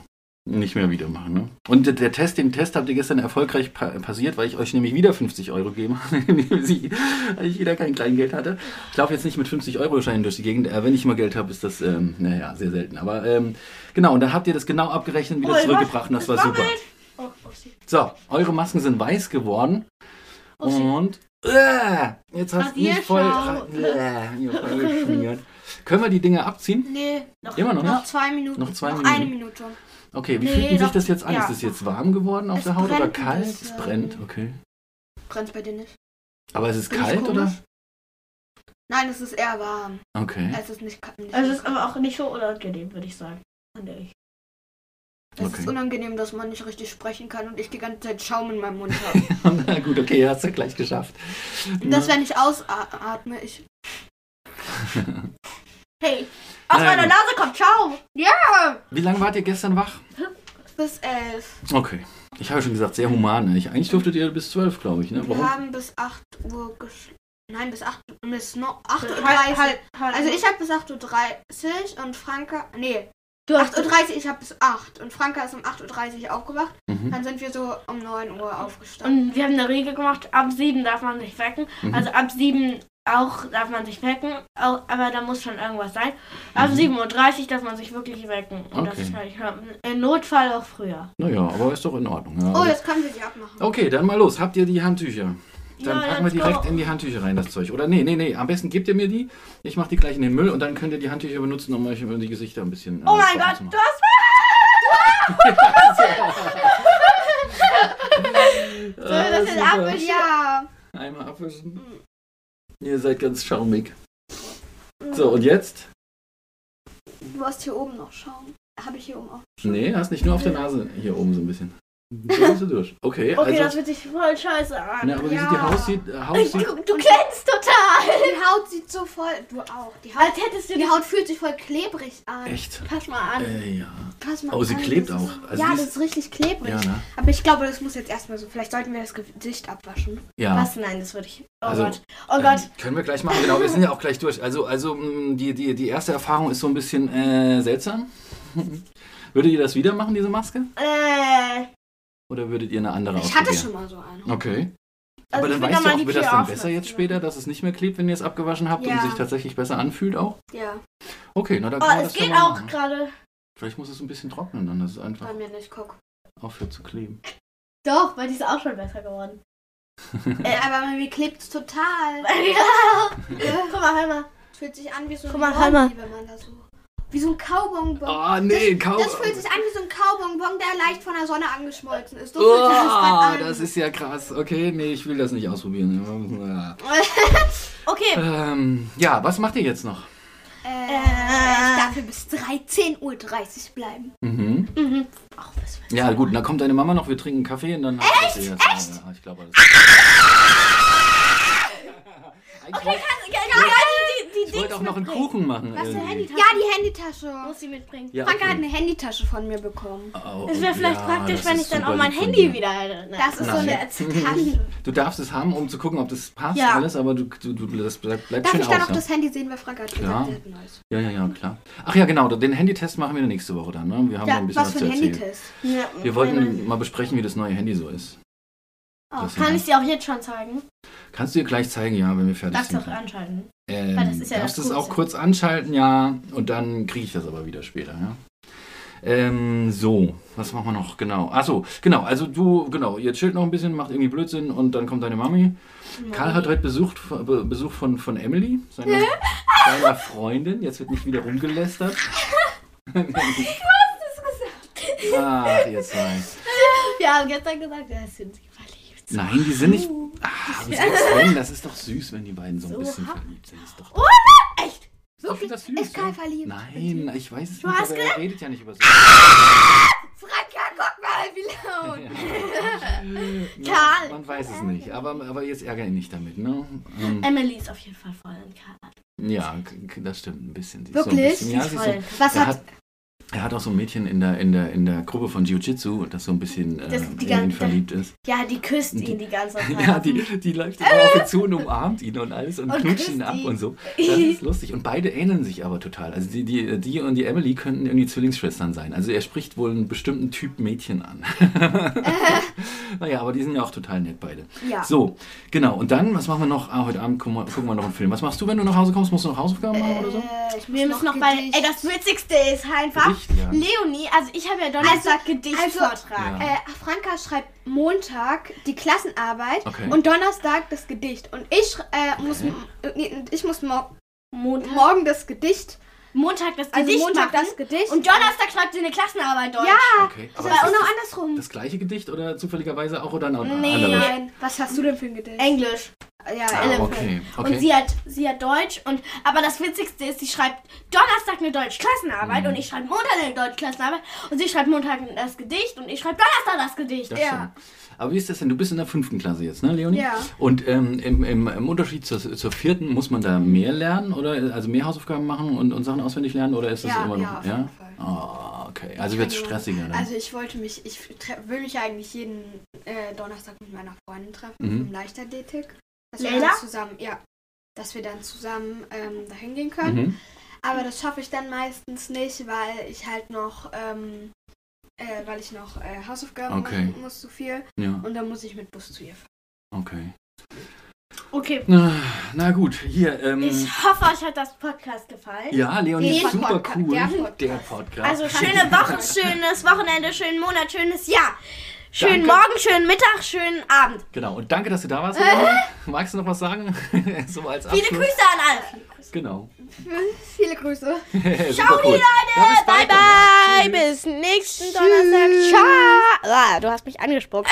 Speaker 1: Nicht mehr wieder machen, ne? Und der, der Test, den Test habt ihr gestern erfolgreich pa passiert, weil ich euch nämlich wieder 50 Euro gegeben habe, indem sie- weil ich wieder kein Kleingeld hatte. Ich laufe jetzt nicht mit 50 Euro Scheinen durch die Gegend. Äh, wenn ich mal Geld habe, ist das, ähm, naja, sehr selten. Aber ähm, genau, und dann habt ihr das genau abgerechnet und wieder
Speaker 2: Oh,
Speaker 1: zurückgebracht und das war
Speaker 2: es
Speaker 1: super.
Speaker 2: wabbelt. Oh, upsie.
Speaker 1: So, eure Masken sind weiß geworden
Speaker 2: Upsi.
Speaker 1: und äh, jetzt hast du mich voll,
Speaker 2: Rasierschau.
Speaker 1: äh, hier voll geschmiert. Können wir die Dinge abziehen?
Speaker 3: Nee,
Speaker 2: Noch
Speaker 1: Immer noch
Speaker 3: noch
Speaker 1: nicht?
Speaker 3: zwei Minuten.
Speaker 1: Noch zwei
Speaker 3: eine Minute.
Speaker 1: Okay, wie
Speaker 2: Nee,
Speaker 1: fühlt denn sich
Speaker 2: doch,
Speaker 1: das jetzt an?
Speaker 2: ja.
Speaker 1: Ist es jetzt warm geworden auf
Speaker 3: Es
Speaker 1: der Haut oder
Speaker 3: brennt ein
Speaker 1: kalt?
Speaker 3: bisschen.
Speaker 1: Es brennt, okay.
Speaker 3: Brennt's bei dir nicht?
Speaker 1: Aber es ist
Speaker 3: Bin ich
Speaker 1: kalt oder?
Speaker 3: komisch? Nein, es ist eher warm.
Speaker 1: Okay.
Speaker 3: Es ist nicht kalt. Nicht
Speaker 2: Also, Es ist
Speaker 3: kalt.
Speaker 2: aber auch nicht so unangenehm, würde ich sagen. Fand ich.
Speaker 3: es
Speaker 1: Okay.
Speaker 3: ist unangenehm, dass man nicht richtig sprechen kann und ich die ganze Zeit Schaum in meinem Mund habe.
Speaker 1: Na gut, okay, hast du gleich geschafft.
Speaker 3: Das, wenn ich ausatme, ich.
Speaker 2: Hey, aus
Speaker 1: Naja,
Speaker 2: meiner
Speaker 1: gut.
Speaker 2: Nase kommt Schaum.
Speaker 1: Wie lange wart ihr gestern wach?
Speaker 3: Bis elf.
Speaker 1: Okay. Ich habe schon gesagt, sehr human. ne? Ich, eigentlich durftet ihr bis zwölf, glaube ich, ne?
Speaker 3: Wir
Speaker 1: Warum?
Speaker 3: haben bis 8 Uhr gesch. Nein, bis 8 Uhr. Bis no,
Speaker 2: Halt,
Speaker 3: 8 Uhr.
Speaker 2: Halb- halb-
Speaker 3: dreißig.
Speaker 2: halb-
Speaker 3: Halt, Also ich habe bis 8.30 Uhr und Franka. Nee,
Speaker 2: du hast
Speaker 3: 8.30 Uhr, ich habe bis 8. Und Franka ist um 8.30 Uhr aufgewacht.
Speaker 1: Mhm.
Speaker 3: Dann sind wir so um 9 Uhr aufgestanden.
Speaker 1: Mhm.
Speaker 2: Und wir haben eine Regel gemacht, ab sieben darf man nicht wecken. Also ab sieben auch darf man sich wecken, auch, aber da muss schon irgendwas sein. Ab 7.30 Uhr darf man sich wirklich wecken. Und das
Speaker 1: Mhm. Okay.
Speaker 2: ist halt, im Notfall auch früher.
Speaker 1: Naja, aber ist doch in Ordnung. Ja.
Speaker 3: Oh, jetzt können wir die abmachen.
Speaker 1: Okay, dann mal los. Habt ihr die Handtücher? Dann
Speaker 2: Ja,
Speaker 1: packen wir
Speaker 2: let's
Speaker 1: direkt
Speaker 2: go.
Speaker 1: in die Handtücher rein, das Zeug. Oder nee, nee, nee. Am besten gebt ihr mir die. Ich mache die gleich in den Müll und dann könnt ihr die Handtücher benutzen, um euch über die Gesichter ein bisschen. äh,
Speaker 2: Oh mein Gott, du hast
Speaker 1: Sollen
Speaker 2: wir das jetzt abwischen?
Speaker 3: Ja.
Speaker 1: Ah, Einmal abwischen. Ihr seid ganz schaumig. So, und jetzt?
Speaker 3: Du hast hier oben noch Schaum. Habe ich hier oben auch.
Speaker 1: Nee, hast nicht nur auf der Nase hier oben so ein bisschen. So bist du durch. Okay,
Speaker 2: Okay, das Oh
Speaker 1: also.
Speaker 2: fühlt sich voll scheiße an.
Speaker 1: Na, aber wie
Speaker 3: ja.
Speaker 1: sieht die Haus sieht, äh, Haus sieht
Speaker 2: Du, du glänzt total.
Speaker 3: Die Haut sieht so voll. Du auch. Die Haut,
Speaker 2: Als Halt hättest du
Speaker 3: die Haut fühlt sich voll klebrig an.
Speaker 1: echt.
Speaker 2: Pass mal an.
Speaker 1: Äh, ja.
Speaker 3: Pass mal
Speaker 1: Oh, sie
Speaker 3: an,
Speaker 1: klebt
Speaker 3: das ist-
Speaker 1: auch. Also
Speaker 3: ja,
Speaker 1: die
Speaker 3: das
Speaker 1: ist-
Speaker 3: ist richtig klebrig.
Speaker 1: Ja, ne?
Speaker 3: Aber ich glaube, das muss jetzt erstmal so. Vielleicht sollten wir das Gesicht abwaschen.
Speaker 1: Ja.
Speaker 2: Was? Nein, das würde ich. Oh
Speaker 1: Also,
Speaker 2: Gott. Oh Gott.
Speaker 1: Ähm, können wir gleich machen, genau. Wir sind ja auch gleich durch. Also, also mh, die, die, die erste Erfahrung ist so ein bisschen äh, seltsam. würdet ihr das wieder machen, diese Maske?
Speaker 2: Äh.
Speaker 1: Oder würdet ihr eine andere
Speaker 3: Ich hatte
Speaker 1: ausprobieren?
Speaker 3: schon mal so eine.
Speaker 1: Okay.
Speaker 2: Also
Speaker 1: Aber
Speaker 2: ich
Speaker 1: dann weißt
Speaker 2: will da
Speaker 1: du
Speaker 2: mal
Speaker 1: auch,
Speaker 2: die
Speaker 1: wird das
Speaker 2: Tür
Speaker 1: dann besser
Speaker 2: aufmachen.
Speaker 1: jetzt später, dass es nicht mehr klebt, wenn ihr es abgewaschen habt
Speaker 3: Ja.
Speaker 1: und sich tatsächlich besser anfühlt auch?
Speaker 3: Ja,
Speaker 1: Okay, na dann kann
Speaker 2: Oh,
Speaker 1: man
Speaker 2: es
Speaker 1: das ja
Speaker 2: geht
Speaker 1: mal
Speaker 2: auch
Speaker 1: machen.
Speaker 2: gerade.
Speaker 1: Vielleicht muss es ein bisschen trocknen, dann dass es einfach
Speaker 3: bei mir nicht. Guck.
Speaker 1: aufhört zu kleben.
Speaker 2: Doch, weil die ist auch schon besser geworden.
Speaker 3: Äh, aber bei mir klebt es total.
Speaker 2: ja.
Speaker 1: Äh.
Speaker 2: Guck mal, hör mal.
Speaker 3: Es fühlt sich an wie so ein
Speaker 2: Guck mal, Halma.
Speaker 3: wenn man das so. Wie so ein Kaubonbon.
Speaker 1: Oh, nee, kaum.
Speaker 3: also, Das fühlt sich an wie so ein Kaubonbon, der leicht von der Sonne angeschmolzen ist. So fühlt sich das
Speaker 1: Oh,
Speaker 3: gerade an.
Speaker 1: das ist ja krass. Okay, nee, ich will das nicht ausprobieren. Ja.
Speaker 2: Okay.
Speaker 1: Ähm, ja, was macht ihr jetzt noch?
Speaker 3: äh, ich darf hier bis 13.30 Uhr bleiben.
Speaker 1: Mhm.
Speaker 2: Mhm. Auch bis
Speaker 1: Ja, gut, dann kommt deine Mama noch, wir trinken Kaffee und dann. Echt? Jetzt. Echt? Ja, ich glaube, alles. Eigentlich wollte-
Speaker 2: die, die,
Speaker 1: Also,
Speaker 2: die
Speaker 1: ich wollte auch noch einen Kuchen machen.
Speaker 2: Was für
Speaker 1: irgendwie.
Speaker 2: Handytasche?
Speaker 3: Ja, die Handytasche.
Speaker 2: Muss sie mitbringen.
Speaker 1: Ja,
Speaker 3: Franka hat eine
Speaker 1: okay.
Speaker 3: Handytasche von mir bekommen.
Speaker 1: Oh,
Speaker 2: Es wäre vielleicht
Speaker 1: ja,
Speaker 2: praktisch,
Speaker 1: das
Speaker 2: wenn
Speaker 1: ist
Speaker 2: ich dann
Speaker 1: super
Speaker 2: auch mein
Speaker 1: lieb von
Speaker 2: Handy
Speaker 1: dir.
Speaker 2: wieder hätte. Nein.
Speaker 3: Das ist so eine
Speaker 1: Nein.
Speaker 3: Tasche.
Speaker 1: Du darfst es haben, um zu gucken, ob das passt
Speaker 2: Ja.
Speaker 1: alles, aber du, du, du das bleibt, bleibt
Speaker 3: Darf
Speaker 1: schön
Speaker 3: ich dann
Speaker 1: aus.
Speaker 3: auch das Handy sehen, weil Franka hat gesagt,
Speaker 1: Klar.
Speaker 3: sie hat ein neues.
Speaker 1: ja. ja, ja, ja, klar. Ach ja, genau, den Handytest machen wir nächste Woche dann. Ne? Wir haben noch
Speaker 3: Ja,
Speaker 1: ein bisschen
Speaker 3: was
Speaker 1: was,
Speaker 3: für
Speaker 1: zu
Speaker 3: ein
Speaker 1: erzählen.
Speaker 3: Handytest.
Speaker 2: Ja,
Speaker 1: Wir wollten mal besprechen, wie das neue Handy so ist.
Speaker 3: Oh,
Speaker 1: Das
Speaker 2: Kann
Speaker 1: hier.
Speaker 2: ich sie auch jetzt schon zeigen?
Speaker 1: Kannst du dir gleich zeigen, ja, wenn wir fertig
Speaker 2: Darfst du
Speaker 1: sind.
Speaker 2: auch anschalten.
Speaker 1: Ähm,
Speaker 2: Weil das ist ja
Speaker 1: darfst du
Speaker 2: das
Speaker 1: es auch
Speaker 2: Coolste.
Speaker 1: kurz anschalten, ja, und dann kriege ich das aber wieder später, ja. Ähm, so, was machen wir noch? Genau. Achso, genau, also du, genau, ihr chillt noch ein bisschen, macht irgendwie Blödsinn und dann kommt deine Mami. Karl hat heute Besuch, Be- Besuch von, von Emily, seiner, seiner Freundin. Jetzt wird nicht wieder rumgelästert. du hast es gesagt. Ach, jetzt weiß.
Speaker 2: Wir haben gestern gesagt, er ist in sie verliebt.
Speaker 1: Nein, die sind nicht. Ah, aber sie sind Freunde, das ist doch süß, wenn die beiden so ein
Speaker 2: So
Speaker 1: bisschen
Speaker 2: hart.
Speaker 1: verliebt sind. Ist doch
Speaker 2: Echt?
Speaker 1: so viel das süß.
Speaker 3: Ist Karl
Speaker 1: ja?
Speaker 3: verliebt?
Speaker 1: Nein, ich weiß es nicht,
Speaker 2: hast
Speaker 1: aber er redet ja nicht über so.
Speaker 3: Franka, guck mal, wie laut.
Speaker 1: Karl! Man weiß es nicht, aber, aber jetzt ärgere ihn nicht damit, ne? Ähm,
Speaker 2: Emily ist auf jeden Fall voll in Karl.
Speaker 1: ja, k- k- das stimmt ein bisschen. Sie ist
Speaker 3: Wirklich?
Speaker 1: So ein bisschen, ja,
Speaker 2: Sie
Speaker 1: sie
Speaker 2: ist
Speaker 1: ist
Speaker 2: voll
Speaker 1: so,
Speaker 2: in Karl.
Speaker 3: Was
Speaker 1: er,
Speaker 3: hat...
Speaker 1: hat, er hat auch so ein Mädchen in der, in der, in der Gruppe von Jiu-Jitsu, das so ein bisschen äh,
Speaker 2: Das- die
Speaker 1: in ihn
Speaker 2: ganze-
Speaker 1: verliebt ist.
Speaker 2: Ja, die küsst
Speaker 1: Die-
Speaker 2: ihn die ganze Zeit.
Speaker 1: Ja, die, die läuft immer auf ihn zu und umarmt ihn und alles und,
Speaker 2: Und
Speaker 1: knutscht
Speaker 2: küsst
Speaker 1: ihn ab
Speaker 2: ihn.
Speaker 1: und so. Das ist lustig. Und beide ähneln sich aber total. Also die, die, die und die Emily könnten irgendwie Zwillingsschwestern sein. Also er spricht wohl einen bestimmten Typ Mädchen an. naja, aber die sind ja auch total nett beide.
Speaker 3: Ja.
Speaker 1: So, genau. Und dann, was machen wir noch? Ah, heute Abend gucken wir, gucken wir noch einen Film. Was machst du, wenn du nach Hause kommst? Musst du noch Hausaufgaben machen oder so?
Speaker 3: Äh, ich muss
Speaker 2: Wir müssen noch, bei. Ey, das Witzigste ist einfach.
Speaker 1: Gedicht, ja.
Speaker 2: Leonie, also ich habe ja Donnerstag Gedichtvortrag.
Speaker 1: Ja.
Speaker 3: Äh, Franka schreibt Montag die Klassenarbeit
Speaker 1: Okay.
Speaker 3: und Donnerstag das Gedicht. Und ich schr- äh, muss, m- äh, nee, und ich muss mo
Speaker 2: Montag,
Speaker 3: morgen das Gedicht,
Speaker 2: Montag das
Speaker 3: also
Speaker 2: Gedicht
Speaker 3: Montag
Speaker 2: machen.
Speaker 3: das Gedicht.
Speaker 2: und Donnerstag schreibt sie eine Klassenarbeit Deutsch.
Speaker 3: ja,
Speaker 1: Okay. Aber
Speaker 3: aber
Speaker 1: ist
Speaker 3: auch noch
Speaker 1: das,
Speaker 3: andersrum.
Speaker 1: das gleiche Gedicht oder zufälligerweise auch oder ein
Speaker 2: Nee.
Speaker 1: anderes?
Speaker 3: Nein, was hast du denn für ein Gedicht?
Speaker 2: Englisch.
Speaker 3: Ja,
Speaker 1: Ah,
Speaker 3: Ellen.
Speaker 1: okay. okay.
Speaker 2: Und sie hat, sie hat Deutsch. Und, aber das Witzigste ist, sie schreibt Donnerstag eine Deutschklassenarbeit
Speaker 1: Mhm.
Speaker 2: und ich schreibe Montag eine Deutschklassenarbeit. Und sie schreibt Montag das Gedicht und ich schreibe Donnerstag das Gedicht.
Speaker 1: Das
Speaker 3: Ja.
Speaker 1: stimmt. Aber wie ist das denn? Du bist in der fünften Klasse jetzt, ne, Leonie?
Speaker 3: Ja.
Speaker 1: Und ähm, im, im, im Unterschied zur, zur vierten muss man da mehr lernen oder also mehr Hausaufgaben machen und, und Sachen auswendig lernen oder ist das
Speaker 3: Ja,
Speaker 1: immer
Speaker 3: ja,
Speaker 1: noch?
Speaker 3: auf jeden
Speaker 1: ja.
Speaker 3: Fall.
Speaker 1: Ah, okay. Also wird es stressiger. Ne?
Speaker 3: Also ich wollte mich, ich tre- will mich eigentlich jeden äh, Donnerstag mit meiner Freundin treffen
Speaker 1: Mhm.
Speaker 3: im Leichtathletik. Dass wir
Speaker 2: Leila?
Speaker 3: dann zusammen, ja, dass wir dann zusammen ähm, dahin gehen können.
Speaker 1: mhm.
Speaker 3: Aber das schaffe ich dann meistens nicht, weil ich halt noch, ähm, äh, weil ich noch äh, Hausaufgaben
Speaker 1: Okay.
Speaker 3: machen muss zu viel
Speaker 1: Ja,
Speaker 3: und dann muss ich mit Bus zu ihr fahren.
Speaker 1: okay.
Speaker 2: Okay.
Speaker 1: Na gut, hier. Ähm,
Speaker 2: Ich hoffe, euch hat das Podcast gefallen.
Speaker 1: ja, Leonie,
Speaker 3: Den
Speaker 1: super
Speaker 3: Podca-
Speaker 1: cool.
Speaker 3: der Podcast.
Speaker 1: Podcast.
Speaker 2: Also schöne Woche, schönes Wochenende, schönen Monat, schönes Jahr.
Speaker 1: Danke.
Speaker 2: Schönen Morgen, schönen Mittag, schönen Abend.
Speaker 1: Genau, und danke, dass du da warst. Magst du noch was sagen? so als
Speaker 2: Viele
Speaker 1: Abschluss.
Speaker 2: Grüße an alle.
Speaker 1: Genau.
Speaker 3: Viele Grüße.
Speaker 1: Ciao, cool. Leute. Ja, bis
Speaker 4: Bye, bye.
Speaker 1: bald.
Speaker 4: Bis nächsten Donnerstag. Ciao. Ah, du hast mich angespuckt.